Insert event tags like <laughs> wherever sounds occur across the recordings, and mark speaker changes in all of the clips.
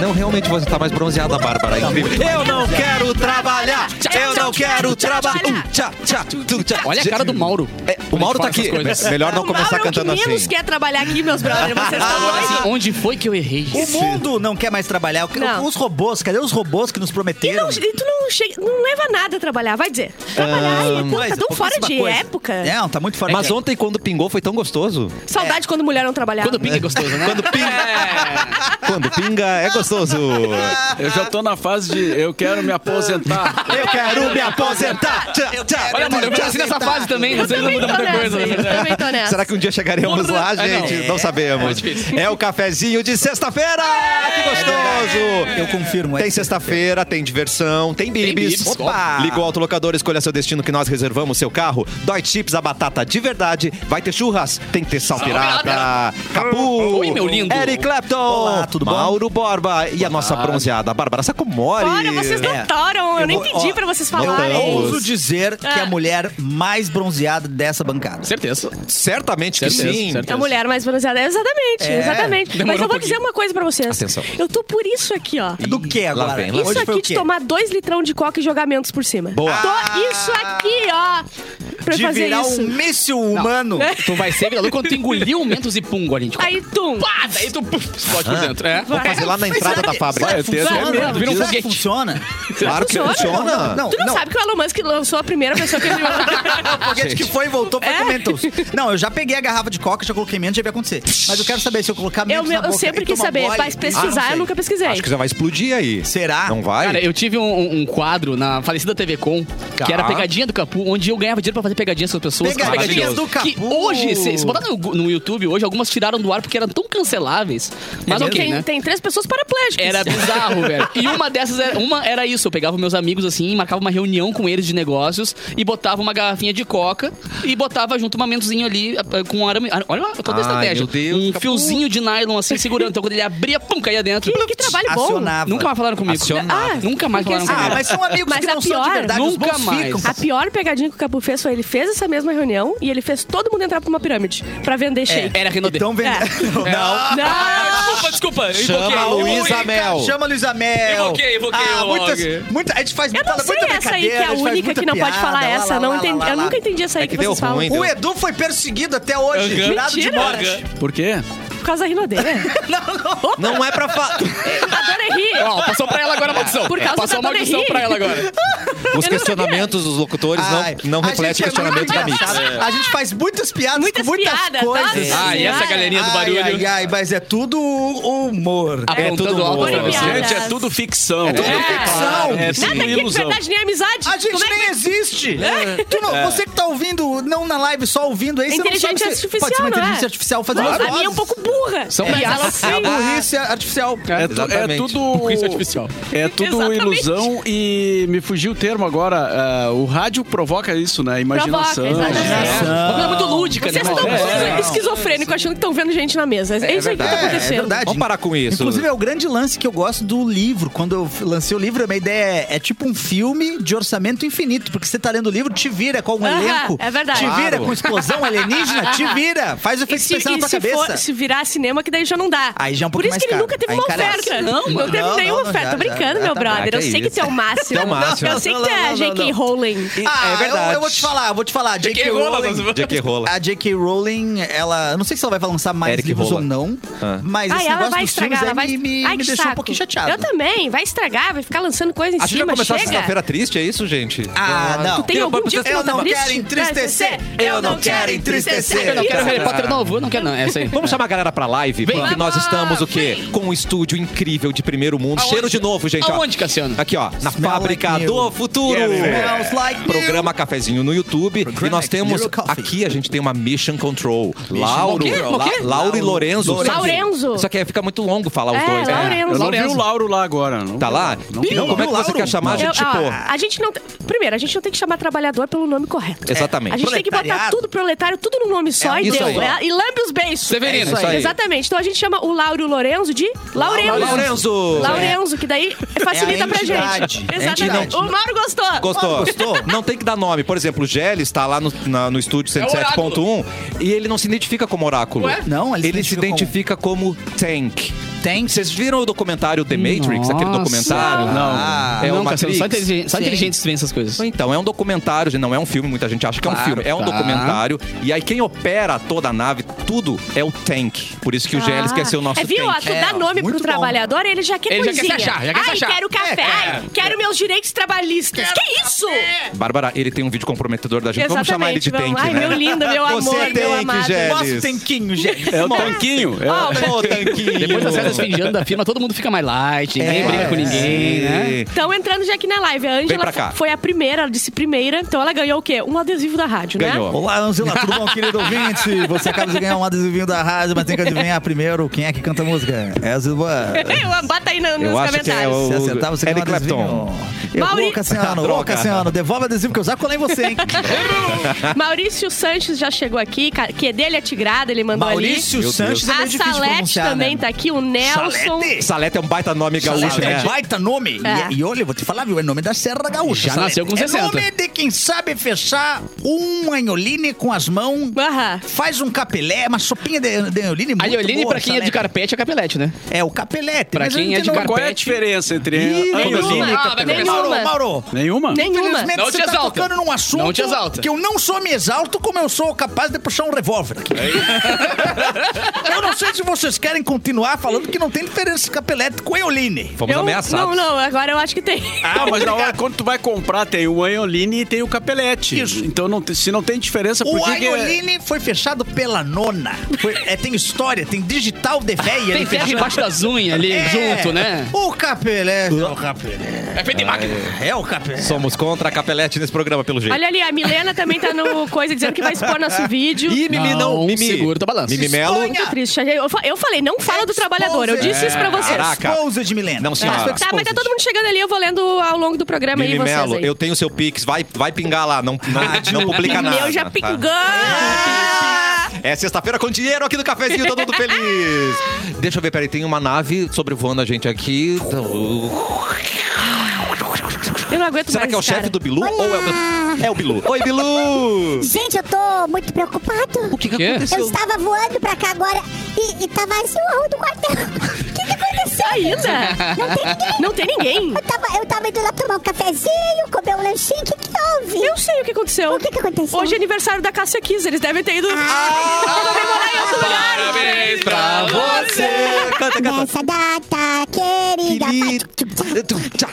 Speaker 1: Não, realmente você tá mais bronzeada, Bárbara. É incrível. Eu não quero trabalhar! Eu não quero trabalhar! Uh, tchá, tchá, tu, tchá.
Speaker 2: Olha a cara do Mauro.
Speaker 1: É, o Mauro tá
Speaker 2: Quando ele
Speaker 1: aqui.
Speaker 2: fala essas coisas.
Speaker 3: Melhor não
Speaker 4: O Mauro
Speaker 3: começar
Speaker 4: é o
Speaker 3: cantando
Speaker 4: que menos
Speaker 3: assim.
Speaker 4: quer trabalhar aqui, meus brothers. Vocês estão doidos.
Speaker 2: <laughs> Assim, onde foi que eu errei?
Speaker 5: O mundo não quer mais trabalhar. Eu quero-
Speaker 4: Não.
Speaker 5: Os robôs, cadê os robôs que nos
Speaker 4: E
Speaker 5: prometeram?
Speaker 4: não, e tá tu não, chega, não leva nada a trabalhar, vai dizer. Trabalhar
Speaker 2: Ah,
Speaker 5: Ah,
Speaker 4: e pô, tá
Speaker 2: é
Speaker 5: Coisa,
Speaker 4: tão fora
Speaker 5: pouquíssima
Speaker 4: de
Speaker 5: coisa.
Speaker 4: época.
Speaker 5: É, não, tá muito fora
Speaker 1: Mas
Speaker 5: de época.
Speaker 1: ontem, quando pingou, foi tão gostoso.
Speaker 4: Saudade quando mulher não trabalhava.
Speaker 2: é. Quando pinga é gostoso, né?
Speaker 1: Quando pinga. Quando pinga, é gostoso.
Speaker 6: Eu já tô na fase de eu quero me aposentar.
Speaker 5: Eu quero me aposentar.
Speaker 3: é
Speaker 2: Olha, mano, eu me nasci nessa fase também. Vocês não mudam muita coisa, né? na
Speaker 4: aí,
Speaker 2: verdade. <laughs>
Speaker 4: também tô nessa.
Speaker 3: Será que um dia chegaremos lá,
Speaker 2: Ah,
Speaker 4: É,
Speaker 2: não.
Speaker 3: gente? não. sabemos. É, o cafezinho de sexta-feira!
Speaker 4: É.
Speaker 3: que gostoso!
Speaker 5: Eu confirmo.
Speaker 3: Tem sexta-feira, tem diversão, tem bibis.
Speaker 2: bibis,
Speaker 3: Opa! Liga o autolocador, escolha seu destino que nós reservamos seu carro. Dói chips, a batata de verdade. Vai ter churras, tem que ter sal pirata. Capu!
Speaker 2: Oi, meu lindo.
Speaker 3: Eric Clapton!
Speaker 5: Olá, tudo bom?
Speaker 3: Mauro Borba e a nossa bronzeada, Bárbara Sacomori.
Speaker 4: Olha, vocês não
Speaker 5: É.
Speaker 4: toram. Eu,
Speaker 5: Eu
Speaker 4: nem
Speaker 5: vou-
Speaker 4: pedi
Speaker 5: ó,
Speaker 4: pra vocês
Speaker 3: não
Speaker 5: Eu
Speaker 3: tamo.
Speaker 4: falarem.
Speaker 5: ouso dizer que é a
Speaker 4: Ah.
Speaker 5: mulher mais bronzeada dessa bancada.
Speaker 2: Certeza.
Speaker 3: Certamente que
Speaker 6: Certeza,
Speaker 3: sim.
Speaker 6: certeza.
Speaker 4: É A mulher mais bronzeada. Exatamente,
Speaker 5: É.
Speaker 4: exatamente. Mas
Speaker 2: Demorou
Speaker 4: eu
Speaker 2: um
Speaker 4: vou
Speaker 2: pouquinho.
Speaker 4: dizer uma coisa pra vocês.
Speaker 3: Atenção.
Speaker 4: Eu tô por isso aqui, ó.
Speaker 5: É Do que agora?
Speaker 3: vem, lá
Speaker 4: Isso
Speaker 5: Hoje foi
Speaker 4: aqui
Speaker 5: o quê?
Speaker 4: de tomar dois litrão de coca e jogar mentos por cima.
Speaker 3: Boa.
Speaker 4: Tô isso aqui, ó. Pra
Speaker 5: De
Speaker 4: fazer
Speaker 5: virar
Speaker 4: isso.
Speaker 5: um míssil humano.
Speaker 2: Tu vai ser vereador quando tu engoliu o Mentos e Pungo ali. Tipo,
Speaker 4: Aí, tum.
Speaker 2: pá, daí tu puf, explode por dentro. É.
Speaker 3: Vou fazer lá na entrada da fábrica. É,
Speaker 5: é
Speaker 6: Vai, eu tenho até
Speaker 2: Vai,
Speaker 6: medo.
Speaker 2: vira um
Speaker 5: Será que
Speaker 2: foguete.
Speaker 5: funciona?
Speaker 3: Claro que funciona.
Speaker 5: Não,
Speaker 4: Tu não,
Speaker 5: não.
Speaker 4: sabe que o Elon Musk lançou a primeira
Speaker 5: <laughs>
Speaker 4: pessoa que ele
Speaker 5: O foguete que foi e voltou
Speaker 4: É.
Speaker 5: foi com Mentos. Não, eu já peguei a garrafa de coca, já coloquei Mentos, já vi acontecer. Mas eu quero saber se eu colocar
Speaker 4: Eu,
Speaker 5: Mentos
Speaker 4: me-
Speaker 5: na
Speaker 4: eu
Speaker 5: boca É
Speaker 4: sempre
Speaker 5: e
Speaker 4: quis
Speaker 5: tomar
Speaker 4: saber,
Speaker 5: gole-
Speaker 4: mas pesquisar
Speaker 5: Ah, não Ah,
Speaker 4: eu nunca pesquisei.
Speaker 3: Acho que já vai explodir aí.
Speaker 5: Será?
Speaker 3: Não vai?
Speaker 2: Cara, eu tive um, um quadro na falecida TV Com, que era a pegadinha do Capu, onde eu ganhava dinheiro pra fazer pegadinhas com as pessoas.
Speaker 5: Pegadinhas do Capu.
Speaker 2: Que hoje, se, se botar no, no YouTube, hoje algumas tiraram do ar porque eram tão canceláveis. Mas
Speaker 5: mesmo?
Speaker 2: ok,
Speaker 4: tem,
Speaker 2: né?
Speaker 4: tem três pessoas paraplégicas.
Speaker 2: Era bizarro, velho. E uma dessas era, uma era isso. Eu pegava meus amigos assim, marcava uma reunião com eles de negócios e botava uma garrafinha de coca e botava junto um amendozinho ali eh, com um arame. Olha lá, toda a
Speaker 3: Ai,
Speaker 2: estratégia.
Speaker 3: meu Deus,
Speaker 2: um
Speaker 3: Capu.
Speaker 2: fiozinho de nylon assim segurando. Então quando ele abria, pum, caía dentro.
Speaker 4: Que trabalho bom.
Speaker 5: Acionava.
Speaker 2: Nunca mais falaram comigo.
Speaker 6: Acionava.
Speaker 2: Ah, nunca mais
Speaker 4: Porque
Speaker 2: falaram
Speaker 5: Ah,
Speaker 2: comigo.
Speaker 5: mas são amigos
Speaker 4: Mas
Speaker 5: que
Speaker 4: a
Speaker 5: não são de
Speaker 4: pior,
Speaker 5: verdade. os
Speaker 2: nunca
Speaker 5: bons
Speaker 2: mais.
Speaker 5: ficam.
Speaker 4: A pior pegadinha que o Capu fez foi ele fez essa mesma reunião e ele fez todo mundo entrar pra uma pirâmide pra vender shake.
Speaker 2: Era Renaudet.
Speaker 5: Então vem.
Speaker 4: É.
Speaker 5: <laughs> Não.
Speaker 4: Não!
Speaker 2: Desculpa, desculpa. Eu
Speaker 3: Chama a Luísa Mel.
Speaker 5: Chama Luísa Mel.
Speaker 2: Invoquei, invoquei
Speaker 5: Ah,
Speaker 2: o Og.
Speaker 5: muitas, muita, a gente faz
Speaker 4: Eu não
Speaker 5: muita,
Speaker 4: sei
Speaker 5: muita
Speaker 4: essa aí que
Speaker 5: brincadeira,
Speaker 4: é a
Speaker 5: gente faz
Speaker 4: única
Speaker 5: muita
Speaker 4: que não pode
Speaker 5: piada,
Speaker 4: falar
Speaker 5: lá,
Speaker 4: essa.
Speaker 5: lá,
Speaker 4: não
Speaker 5: lá,
Speaker 4: entendi-
Speaker 5: lá,
Speaker 4: eu
Speaker 5: lá.
Speaker 4: nunca entendi essa aí
Speaker 3: É
Speaker 4: que,
Speaker 3: que deu
Speaker 4: vocês falam.
Speaker 3: ruim,
Speaker 5: O Edu foi perseguido até hoje,
Speaker 6: Aham.
Speaker 5: jurado de
Speaker 4: Mentira.
Speaker 5: morte.
Speaker 6: Por quê?
Speaker 4: Por causa da rinodeira.
Speaker 3: Não é pra
Speaker 5: <laughs>
Speaker 3: falar.
Speaker 4: Adorei rir.
Speaker 2: Ó, passou pra ela agora a maldição.
Speaker 4: Por causa
Speaker 2: passou
Speaker 4: da
Speaker 2: a maldição
Speaker 4: Dona
Speaker 2: pra ela agora.
Speaker 3: Os questionamentos dos locutores
Speaker 5: Ai,
Speaker 3: não, não
Speaker 5: a
Speaker 3: refletem
Speaker 5: gente é muito
Speaker 3: questionamentos da Mix.
Speaker 5: engraçado. A gente faz muitas piadas
Speaker 4: Muitas
Speaker 5: com muitas
Speaker 4: piadas,
Speaker 5: coisas.
Speaker 4: tá?
Speaker 2: Ah, e essa
Speaker 4: Ai,
Speaker 2: galerinha do
Speaker 5: Ai,
Speaker 2: barulho.
Speaker 5: ai, ai, mas é tudo humor.
Speaker 2: Apontando
Speaker 3: tudo
Speaker 2: alto pra
Speaker 3: bom.
Speaker 2: você.
Speaker 4: Piadas.
Speaker 6: Gente, é tudo ficção. É
Speaker 5: tudo ficção.
Speaker 6: É
Speaker 4: Nada
Speaker 6: tudo
Speaker 4: aqui de
Speaker 6: ilusão.
Speaker 4: verdade nem amizade.
Speaker 5: A gente
Speaker 4: Como é que
Speaker 5: nem existe! Tu não- Você que tá ouvindo, não na live, só ouvindo aí, você não sabe
Speaker 4: Inteligente
Speaker 5: se-
Speaker 4: artificial,
Speaker 5: Pode ser uma
Speaker 4: não é?
Speaker 5: inteligência artificial fazendo
Speaker 4: Mas a
Speaker 5: vozes.
Speaker 4: minha é um pouco burra.
Speaker 2: São
Speaker 4: mas
Speaker 2: piadas.
Speaker 5: É
Speaker 4: ela
Speaker 5: a
Speaker 4: sim.
Speaker 5: burrice artificial.
Speaker 6: É, tu- é
Speaker 3: Exatamente.
Speaker 6: tudo.
Speaker 2: Por isso é artificial.
Speaker 6: É tudo
Speaker 4: Exatamente.
Speaker 6: ilusão e me fugiu o termo agora. ah, o rádio provoca isso, né? Imaginação.
Speaker 4: Provoca, exatamente. é
Speaker 2: Uma coisa muito lúdica,
Speaker 4: Vocês
Speaker 2: né?
Speaker 4: estão
Speaker 2: É.
Speaker 4: tudo esquizofrênico achando que estão vendo gente na mesa. É, isso aí que tá
Speaker 5: É,
Speaker 4: acontecendo.
Speaker 5: é verdade.
Speaker 3: Vamos parar com isso.
Speaker 5: Inclusive, é o grande lance que eu gosto do livro. Quando eu f- lancei o livro, a minha ideia é, é tipo um filme de orçamento infinito. Porque você tá lendo o livro, te vira com um
Speaker 4: Aham,
Speaker 5: elenco.
Speaker 4: é verdade.
Speaker 5: Te vira
Speaker 3: Claro.
Speaker 5: com explosão alienígena, te vira. Faz o
Speaker 4: E
Speaker 5: efeito
Speaker 4: se,
Speaker 5: especial
Speaker 4: e
Speaker 5: na tua
Speaker 4: se
Speaker 5: cabeça.
Speaker 4: for- se virar cinema, que daí já não dá.
Speaker 5: Aí já é um
Speaker 4: Por
Speaker 5: pouco
Speaker 4: isso
Speaker 5: mais
Speaker 4: que ele
Speaker 5: caro.
Speaker 4: nunca teve
Speaker 5: Aí
Speaker 4: uma
Speaker 5: encarece.
Speaker 4: oferta.
Speaker 2: Não,
Speaker 4: Não,
Speaker 2: mano.
Speaker 4: teve
Speaker 5: Não,
Speaker 4: nenhuma
Speaker 5: não,
Speaker 4: oferta.
Speaker 5: já,
Speaker 4: Tô brincando,
Speaker 5: já,
Speaker 4: meu
Speaker 5: tá,
Speaker 4: brother.
Speaker 3: tá,
Speaker 4: eu
Speaker 3: que
Speaker 4: sei que
Speaker 3: isso.
Speaker 4: tu é o máximo.
Speaker 3: Tu é o máximo.
Speaker 4: Eu sei que tu
Speaker 5: Não,
Speaker 4: é
Speaker 5: não,
Speaker 4: a
Speaker 5: não,
Speaker 4: J.K.
Speaker 5: não.
Speaker 4: Rowling.
Speaker 5: Ah,
Speaker 3: É verdade.
Speaker 5: Eu, eu vou te falar, eu vou te falar. A J.K. Rowling...
Speaker 3: Dia que
Speaker 5: <laughs>
Speaker 3: rola.
Speaker 5: A J.K. Rowling, ela. Eu não sei se ela vai lançar mais
Speaker 3: Eric
Speaker 5: livros
Speaker 3: Rola.
Speaker 5: ou não,
Speaker 3: Ah.
Speaker 5: mas
Speaker 4: Ah,
Speaker 5: esse
Speaker 4: ela
Speaker 5: negócio
Speaker 4: vai
Speaker 5: dos filmes
Speaker 4: estragar, ela vai
Speaker 5: aí me,
Speaker 4: Ai,
Speaker 5: me
Speaker 4: que
Speaker 5: deixou um
Speaker 4: saco.
Speaker 5: pouquinho chateado.
Speaker 4: Eu também, vai estragar, vai ficar lançando coisa em
Speaker 3: A gente vai
Speaker 4: cima,
Speaker 3: começar
Speaker 4: chega.
Speaker 3: sexta-feira triste, é isso, gente?
Speaker 5: Ah, não.
Speaker 4: Tu tem algum dia que
Speaker 5: Eu
Speaker 4: tá
Speaker 5: não
Speaker 4: triste?
Speaker 5: quero entristecer. Eu não quero entristecer.
Speaker 2: Eu não quero Harry Potter novo, eu não quero, não. Essa aí.
Speaker 3: Vamos chamar a galera pra live,
Speaker 2: Vem.
Speaker 3: porque nós
Speaker 4: Vamos,
Speaker 3: estamos o quê? Com um estúdio incrível de primeiro mundo.
Speaker 2: Aonde?
Speaker 3: Cheiro de novo, gente. ó.
Speaker 2: Aonde, Cassiano?
Speaker 3: Aqui, ó, na
Speaker 5: é? Smell
Speaker 3: Fábrica
Speaker 5: like
Speaker 3: do
Speaker 5: new.
Speaker 3: Futuro.
Speaker 5: Smells like new.
Speaker 3: Programa Cafezinho no YouTube.
Speaker 5: Programa
Speaker 3: e nós temos
Speaker 5: Zero Coffee.
Speaker 3: aqui, a gente tem uma Mission Control. Lauro,
Speaker 2: O quê? O quê?
Speaker 3: La- Lauro e Lorenzo.
Speaker 5: Lorenzo.
Speaker 4: Laurenzo.
Speaker 3: Só que aí fica muito longo falar os
Speaker 4: É,
Speaker 3: dois. né?
Speaker 4: Laurenzo.
Speaker 6: Eu não vi
Speaker 2: Laurenzo.
Speaker 6: o Lauro lá agora. Não
Speaker 3: Tá lá?
Speaker 6: Não,
Speaker 3: Então, como é que você
Speaker 5: Lauro?
Speaker 3: quer chamar a
Speaker 4: Eu- Ah,
Speaker 3: gente,
Speaker 5: tipo,
Speaker 4: ó,
Speaker 3: pô?
Speaker 4: a gente não. tem- Primeiro, a gente não tem que chamar trabalhador pelo nome correto.
Speaker 3: Exatamente.
Speaker 4: A gente tem que botar
Speaker 5: Proletariado.
Speaker 4: tudo proletário, tudo num nome só e
Speaker 3: Isso
Speaker 4: deu.
Speaker 3: aí.
Speaker 4: É, E lambe os beiços.
Speaker 2: Severino,
Speaker 3: É isso aí.
Speaker 4: Exatamente. Então a gente chama o Lauro Lorenzo de Laurenzo.
Speaker 3: Laurenzo.
Speaker 4: Laurenzo, que daí facilita
Speaker 5: É a
Speaker 4: pra
Speaker 5: entidade.
Speaker 4: gente.
Speaker 5: É a
Speaker 4: Exatamente.
Speaker 5: entidade.
Speaker 4: O Mauro gostou.
Speaker 3: Gostou.
Speaker 5: Ah, gostou?
Speaker 3: Não tem que dar nome. Por exemplo, o Geles tá lá no, na- no estúdio
Speaker 2: o
Speaker 3: 107.1 e ele um não se identifica como oráculo.
Speaker 2: Ué?
Speaker 5: Não, ele
Speaker 3: ele,
Speaker 5: se
Speaker 3: se
Speaker 5: identifica
Speaker 3: identifica como, Tank.
Speaker 5: Tem.
Speaker 3: Vocês viram o documentário The Matrix? Aquele
Speaker 2: Nossa.
Speaker 3: documentário?
Speaker 6: Não.
Speaker 3: Ah, é
Speaker 2: não,
Speaker 3: o Matrix.
Speaker 2: Cassiano, só inteligente, só
Speaker 5: Sim.
Speaker 2: inteligente vê essas coisas.
Speaker 3: Então, é um documentário, gente, não é um filme, muita gente acha que é um
Speaker 5: Claro,
Speaker 3: filme. É um
Speaker 5: tá.
Speaker 3: documentário. E aí, quem opera toda a nave, tudo é o Tank. Por isso que o GL esqueceu o nosso
Speaker 4: é, viu? Ó,
Speaker 3: Tank.
Speaker 4: tu dá
Speaker 5: É, ó,
Speaker 4: nome pro
Speaker 5: muito bom. É,
Speaker 4: trabalhador e ele já quer
Speaker 2: Ele já quer se
Speaker 4: coisinha.
Speaker 2: achar, já quer se
Speaker 4: Ai,
Speaker 2: achar.
Speaker 4: quero café. Ai, quero meus direitos trabalhistas. que isso?
Speaker 3: Bárbara, ele tem um vídeo comprometedor da gente. Vamos
Speaker 4: Exatamente.
Speaker 3: chamar ele de
Speaker 4: vamos.
Speaker 3: Tank,
Speaker 4: Ai,
Speaker 3: né?
Speaker 4: meu lindo, meu amor,
Speaker 3: Você é
Speaker 4: meu
Speaker 3: Tank,
Speaker 4: amado.
Speaker 3: Gé.
Speaker 5: Nossa,
Speaker 3: Eles.
Speaker 5: tanquinho, gente.
Speaker 6: É o
Speaker 4: Né?
Speaker 6: tanquinho. É,
Speaker 4: Ó,
Speaker 3: Ô, <laughs> Tanquinho!
Speaker 2: Depois das festas de fim de ano assim, da firma, todo mundo fica mais light, ninguém
Speaker 5: É.
Speaker 2: briga com ninguém, né?
Speaker 4: Então, entrando já aqui na live, a
Speaker 3: pra
Speaker 4: Ângela
Speaker 3: cá.
Speaker 4: foi a primeira, ela disse primeira, então ela ganhou o quê? Um adesivo da rádio, né?
Speaker 3: Ganhou.
Speaker 5: Olá, Angela, tudo bom, querido ouvinte? Você acaba de ganhar um adesivinho da rádio, mas tem que adivinhar primeiro quem é que canta a música. É a Zilba.
Speaker 4: <laughs> Eu, bota aí no- nos
Speaker 3: Eu acho que é
Speaker 4: comentários.
Speaker 3: o
Speaker 5: Se acertar, você ganha um
Speaker 3: Eric
Speaker 5: adesivinho.
Speaker 3: Clapton.
Speaker 5: Eu
Speaker 4: Mauri-
Speaker 5: vou, Cassiano. Ô,
Speaker 3: Droga.
Speaker 5: Cassiano, devolve o adesivo que eu já colei em você, hein?
Speaker 3: é
Speaker 4: Maurício Sanches já chegou aqui, ca- que dele é tigrada, ele mandou
Speaker 5: Maurício
Speaker 3: Meu
Speaker 5: Sanches
Speaker 4: ali.
Speaker 5: é meio
Speaker 4: A
Speaker 5: difícil de
Speaker 4: Salete
Speaker 5: pronunciar,
Speaker 4: também
Speaker 5: né?
Speaker 4: tá aqui, o Nelson.
Speaker 5: Salete?
Speaker 3: Salete é um baita nome gaúcho,
Speaker 5: Salete
Speaker 3: né?
Speaker 5: é baita nome.
Speaker 4: É.
Speaker 5: E, e olha, vou te falar, viu? É nome da Serra Gaúcha.
Speaker 2: Já nasceu com 60.
Speaker 5: É nome de quem sabe fechar um anholine com as mãos.
Speaker 4: Aham.
Speaker 5: Faz um capelé, uma sopinha de, de anholine muito
Speaker 2: A Iolini,
Speaker 5: boa,
Speaker 2: pra quem é de
Speaker 5: Salete.
Speaker 2: carpete, é capelete, né?
Speaker 5: É o capelete.
Speaker 2: Pra
Speaker 5: mas eu
Speaker 2: quem é de
Speaker 5: entendo-
Speaker 2: carpete.
Speaker 6: Qual é a diferença entre
Speaker 5: Ih,
Speaker 6: Angelina e
Speaker 4: nenhuma,
Speaker 6: Capitão?
Speaker 5: é. Mauro,
Speaker 4: nenhuma.
Speaker 5: Mauro.
Speaker 6: Nenhuma?
Speaker 4: Nenhuma.
Speaker 5: Infelizmente,
Speaker 2: Não
Speaker 5: você
Speaker 2: te
Speaker 5: tá
Speaker 2: exalta.
Speaker 5: tocando num assunto
Speaker 2: Não te exalta.
Speaker 5: que eu não sou me exalto, como eu sou capaz de puxar um revólver aqui.
Speaker 2: É
Speaker 5: <laughs> eu não sei se vocês querem continuar falando que não tem diferença capelete com eoline.
Speaker 3: Fomos
Speaker 4: Eu-
Speaker 3: ameaçados.
Speaker 4: Não, não, agora eu acho que tem.
Speaker 6: Ah, mas na hora quando tu vai comprar tem o Anholine e tem o Capelete.
Speaker 5: Isso.
Speaker 6: Então não, te- se não tem diferença,
Speaker 2: Então,
Speaker 6: por
Speaker 5: O
Speaker 6: que que é-
Speaker 5: Aioline foi fechado pela nona. Foi- é, tem história, tem digital de véia.
Speaker 2: Tem
Speaker 5: ele
Speaker 2: ferro
Speaker 5: fechou-
Speaker 2: embaixo das unhas ali,
Speaker 5: É,
Speaker 2: junto, né?
Speaker 5: O capelé. É o capelé.
Speaker 2: É feito de máquina.
Speaker 5: É o capelé.
Speaker 3: Somos contra a Capelete nesse programa, pelo jeito.
Speaker 4: Olha ali, a Milena também tá no coisa dizendo que vai expor
Speaker 3: <laughs>
Speaker 4: nosso vídeo.
Speaker 3: Ih, Mimi, não.
Speaker 2: Não,
Speaker 3: Mimi.
Speaker 2: segura tua balança.
Speaker 3: Mimi Melo.
Speaker 4: Muito triste. Eu fa- eu falei, não fala do trabalhador. Eu disse isso pra vocês.
Speaker 3: É, Caraca.
Speaker 5: Exposed, Milena.
Speaker 3: Não, senhora.
Speaker 5: Exposed.
Speaker 4: Tá, mas tá todo mundo chegando ali, eu vou lendo ao longo do programa aí
Speaker 3: Mimi
Speaker 4: vocês
Speaker 3: Melo,
Speaker 4: aí.
Speaker 3: eu tenho seu Pix, vai, vai pingar lá, não, não, não publica nada.
Speaker 4: Meu já
Speaker 3: tá?
Speaker 4: pingou! Ah!
Speaker 3: É sexta-feira com dinheiro aqui no cafezinho, todo mundo feliz. <laughs> Deixa eu ver, peraí, tem uma nave sobrevoando a gente aqui.
Speaker 4: Eu não aguento
Speaker 3: Será
Speaker 4: mais,
Speaker 3: que é o
Speaker 4: cara.
Speaker 3: chefe do Bilu ou é o, é o Bilu? Oi, Bilu!
Speaker 7: Gente, eu tô muito preocupado.
Speaker 3: O que, que
Speaker 2: Quê?
Speaker 3: aconteceu?
Speaker 7: Eu estava voando pra cá agora e, e tá vazio a rua do quartel. <laughs> O que, que aconteceu?
Speaker 4: Ainda?
Speaker 3: <laughs>
Speaker 7: Não tem
Speaker 4: Não tem
Speaker 7: ninguém.
Speaker 4: ninguém.
Speaker 7: Eu tava, eu tava indo lá tomar um cafezinho, comer um lanchinho. O que, que houve?
Speaker 4: Eu sei o que aconteceu.
Speaker 7: O que que aconteceu?
Speaker 4: Hoje é aniversário da Cássia Kiss, eles devem ter
Speaker 3: Ah,
Speaker 4: ido Ah, comemorar em outro lugar.
Speaker 2: Parabéns pra
Speaker 3: você! Canta, canta.
Speaker 7: Nessa data Tá, querida.
Speaker 3: Querida.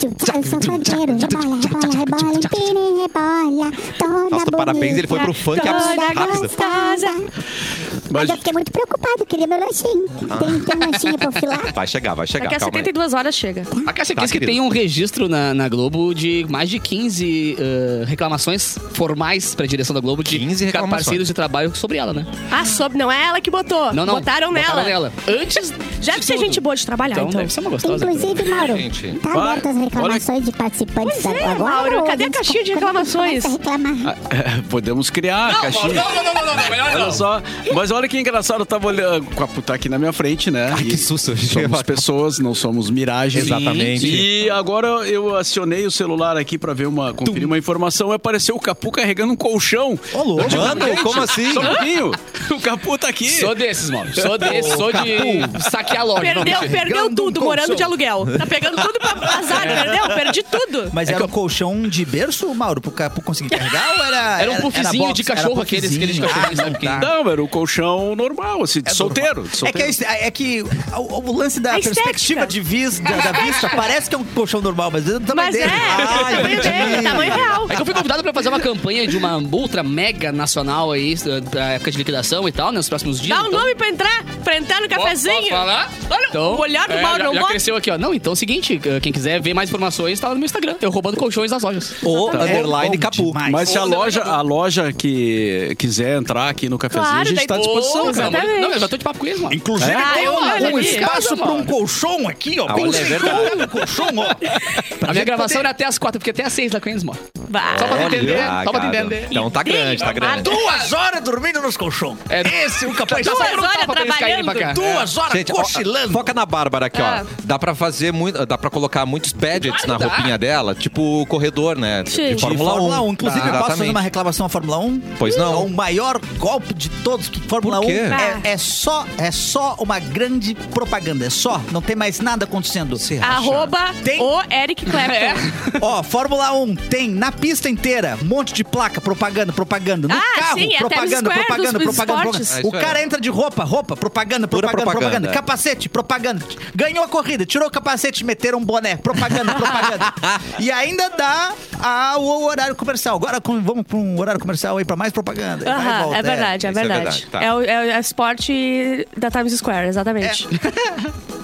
Speaker 7: Eu sou fandeiro, rebola, rebola, rebola, empine, rebola. Toda
Speaker 3: Nossa,
Speaker 7: bonita,
Speaker 3: parabéns, ele foi pro funk absurdo,
Speaker 7: toda
Speaker 3: rápido.
Speaker 7: gostosa. Mas
Speaker 6: Mas-
Speaker 7: eu fiquei muito preocupado, queria meu lanchinho.
Speaker 3: Ah.
Speaker 7: Tem, tem um lanchinho pra eu filar?
Speaker 3: Vai chegar, vai chegar,
Speaker 2: é
Speaker 4: Daqui a
Speaker 3: calma aí.
Speaker 4: 72 horas chega.
Speaker 2: A Cássia
Speaker 3: Tá,
Speaker 2: Kiss que
Speaker 3: querido.
Speaker 2: tem um registro na, na Globo de mais de 15 ah, reclamações formais pra direção da Globo de
Speaker 3: 15
Speaker 2: ca-
Speaker 3: reclamações.
Speaker 2: parceiros de trabalho sobre ela, né?
Speaker 4: Ah, soube, não é ela que botou.
Speaker 2: Não, não.
Speaker 4: Botaram nela.
Speaker 2: Antes.
Speaker 4: Já
Speaker 2: de
Speaker 4: deve ser
Speaker 2: tudo.
Speaker 4: gente boa de trabalhar,
Speaker 2: Então,
Speaker 4: então.
Speaker 2: deve ser uma gostosa.
Speaker 7: Inclusive, Mauro,
Speaker 3: Gente.
Speaker 7: tá aberto as
Speaker 6: Olha-
Speaker 7: reclamações de participantes
Speaker 4: Pois é,
Speaker 7: agora?
Speaker 4: Mauro,
Speaker 7: ou
Speaker 4: cadê a
Speaker 7: gente
Speaker 4: caixinha de
Speaker 7: co- quando a gente
Speaker 4: reclamações?
Speaker 7: começa a reclamar?
Speaker 3: Ah,
Speaker 6: <laughs> Podemos criar a caixinha.
Speaker 2: não, não, não, não, melhor
Speaker 6: Olha só, mas olha que engraçado, eu tava olhando. com a puta aqui na minha frente, né?
Speaker 3: Ai, que
Speaker 6: E
Speaker 3: susto.
Speaker 6: Somos pessoas, não somos miragens.
Speaker 3: Exatamente.
Speaker 6: E agora eu acionei o celular aqui pra ver uma, conferir uma informação e apareceu o Capu carregando um colchão.
Speaker 5: Ô, louco.
Speaker 3: Mano, como assim?
Speaker 6: Só um pouquinho. O Capu tá aqui.
Speaker 2: Sou desses, mano. Sou desses, sou de saquear loja.
Speaker 3: tá
Speaker 4: Perdeu,
Speaker 2: não, mentira.
Speaker 4: perdeu tudo,
Speaker 5: colchão.
Speaker 4: morando de aluguel. Tá pegando
Speaker 3: <laughs>
Speaker 4: tudo pra azar, perdeu? Perdi tudo.
Speaker 5: Mas era um colchão de berço, Mauro, pro Capu conseguir carregar ou era.
Speaker 2: Era um puffzinho
Speaker 5: box?
Speaker 2: de cachorro,
Speaker 5: Era
Speaker 2: aqueles- aqueles
Speaker 5: puffzinho.
Speaker 2: cachorrinhos,
Speaker 5: Ah,
Speaker 2: sabe,
Speaker 5: não,
Speaker 2: que-
Speaker 5: tá.
Speaker 6: Não, era o colchão normal, assim, de solteiro. de
Speaker 5: É
Speaker 6: solteiro.
Speaker 5: que, é isso, é que o, o lance da
Speaker 4: A estética.
Speaker 5: perspectiva de vis, da, da vista parece que é um colchão normal, mas eu também
Speaker 4: Mas é,
Speaker 5: dele. Ah,
Speaker 4: o tamanho dele, o
Speaker 5: entendi.
Speaker 4: tamanho real.
Speaker 2: É que eu fui convidado pra fazer uma campanha de uma ultra mega nacional aí, da- da época de liquidação e tal, né? Nos próximos dias.
Speaker 4: Dá um
Speaker 2: então.
Speaker 4: nome pra entrar, pra entrar no
Speaker 2: Posso-
Speaker 4: cafezinho.
Speaker 2: Posso falar?
Speaker 4: Olha, o olhar do
Speaker 2: é,
Speaker 4: Mauro
Speaker 2: já,
Speaker 4: não
Speaker 2: já
Speaker 4: bota.
Speaker 2: cresceu aqui, ó. Não, então é o seguinte, uh, quem quiser ver mais informações, tá lá no meu Instagram. Eu roubando colchões nas lojas.
Speaker 3: O
Speaker 5: Tá bom,
Speaker 3: underline
Speaker 5: bom
Speaker 3: Capu.
Speaker 5: demais.
Speaker 6: Mas se a loja, a loja que quiser entrar aqui no cafezinho,
Speaker 4: Claro,
Speaker 6: a gente
Speaker 4: daí
Speaker 6: tá à
Speaker 4: tu-
Speaker 6: disposição,
Speaker 4: Porra,
Speaker 6: cara.
Speaker 2: Pelo amor de-
Speaker 4: exatamente.
Speaker 2: Não, eu já tô de papo com eles, mano.
Speaker 5: Inclusive,
Speaker 4: Ah,
Speaker 5: tem
Speaker 4: eu olho
Speaker 5: um, um
Speaker 4: ali.
Speaker 5: espaço
Speaker 2: Casa,
Speaker 5: pra um
Speaker 2: mano.
Speaker 5: colchão aqui, ó. Bem
Speaker 3: olha, é verdade.
Speaker 5: colchão, ó.
Speaker 2: A minha gravação era até as quatro, porque até as seis da Cranes, mano.
Speaker 4: Vai.
Speaker 2: Só pra tu
Speaker 3: Olha,
Speaker 2: entender, só pra tu
Speaker 3: cara.
Speaker 2: entender.
Speaker 3: Então tá grande, tá grande.
Speaker 5: Duas horas dormindo nos colchões.
Speaker 2: É.
Speaker 5: Esse é o capaz.
Speaker 2: Tá
Speaker 5: Duas,
Speaker 2: saindo um
Speaker 8: horas
Speaker 2: tapa pra eles caírem pra cá.
Speaker 5: duas horas
Speaker 3: Gente, ó,
Speaker 5: Tá cochilando.
Speaker 3: foca na Bárbara aqui,
Speaker 8: Ah.
Speaker 4: É.
Speaker 3: ó. Dá pra fazer muito. Dá pra colocar muitos gadgets na
Speaker 2: dá.
Speaker 3: roupinha dela, tipo o corredor, né?
Speaker 4: Sim.
Speaker 3: De Fórmula,
Speaker 5: Fórmula 1.
Speaker 3: 1.
Speaker 5: Inclusive,
Speaker 3: Tá,
Speaker 5: posso fazer
Speaker 3: exatamente.
Speaker 5: uma reclamação à Fórmula 1?
Speaker 3: Pois não.
Speaker 5: É o maior golpe de todos. que Fórmula
Speaker 3: Por
Speaker 5: 1
Speaker 3: quê?
Speaker 5: é, é só, é só uma grande propaganda. É só. Não tem mais nada acontecendo.
Speaker 4: Arroba
Speaker 5: Tá Tem-
Speaker 4: o Eric Clapton.
Speaker 5: Ó, Fórmula 1 tem na pista inteira um monte de placa, propaganda, propaganda. No
Speaker 4: Ah,
Speaker 5: carro,
Speaker 4: sim, é
Speaker 5: propaganda,
Speaker 4: Times Square
Speaker 5: propaganda,
Speaker 4: dos
Speaker 5: propaganda,
Speaker 4: esportes.
Speaker 5: propaganda. O
Speaker 3: É, isso
Speaker 5: cara
Speaker 3: é.
Speaker 5: entra de roupa, roupa, propaganda,
Speaker 3: Pura
Speaker 5: propaganda, propaganda,
Speaker 3: propaganda.
Speaker 5: Capacete, propaganda. Ganhou a corrida, tirou o capacete, meteram um boné, propaganda, propaganda. e ainda dá a- o horário comercial. Agora com- vamos para um horário comercial aí para mais propaganda. E vai e
Speaker 4: Aham,
Speaker 5: volta,
Speaker 4: é verdade, é,
Speaker 3: isso é
Speaker 4: verdade.
Speaker 3: verdade, tá.
Speaker 4: É o é, o- é o esporte da Times Square, exatamente.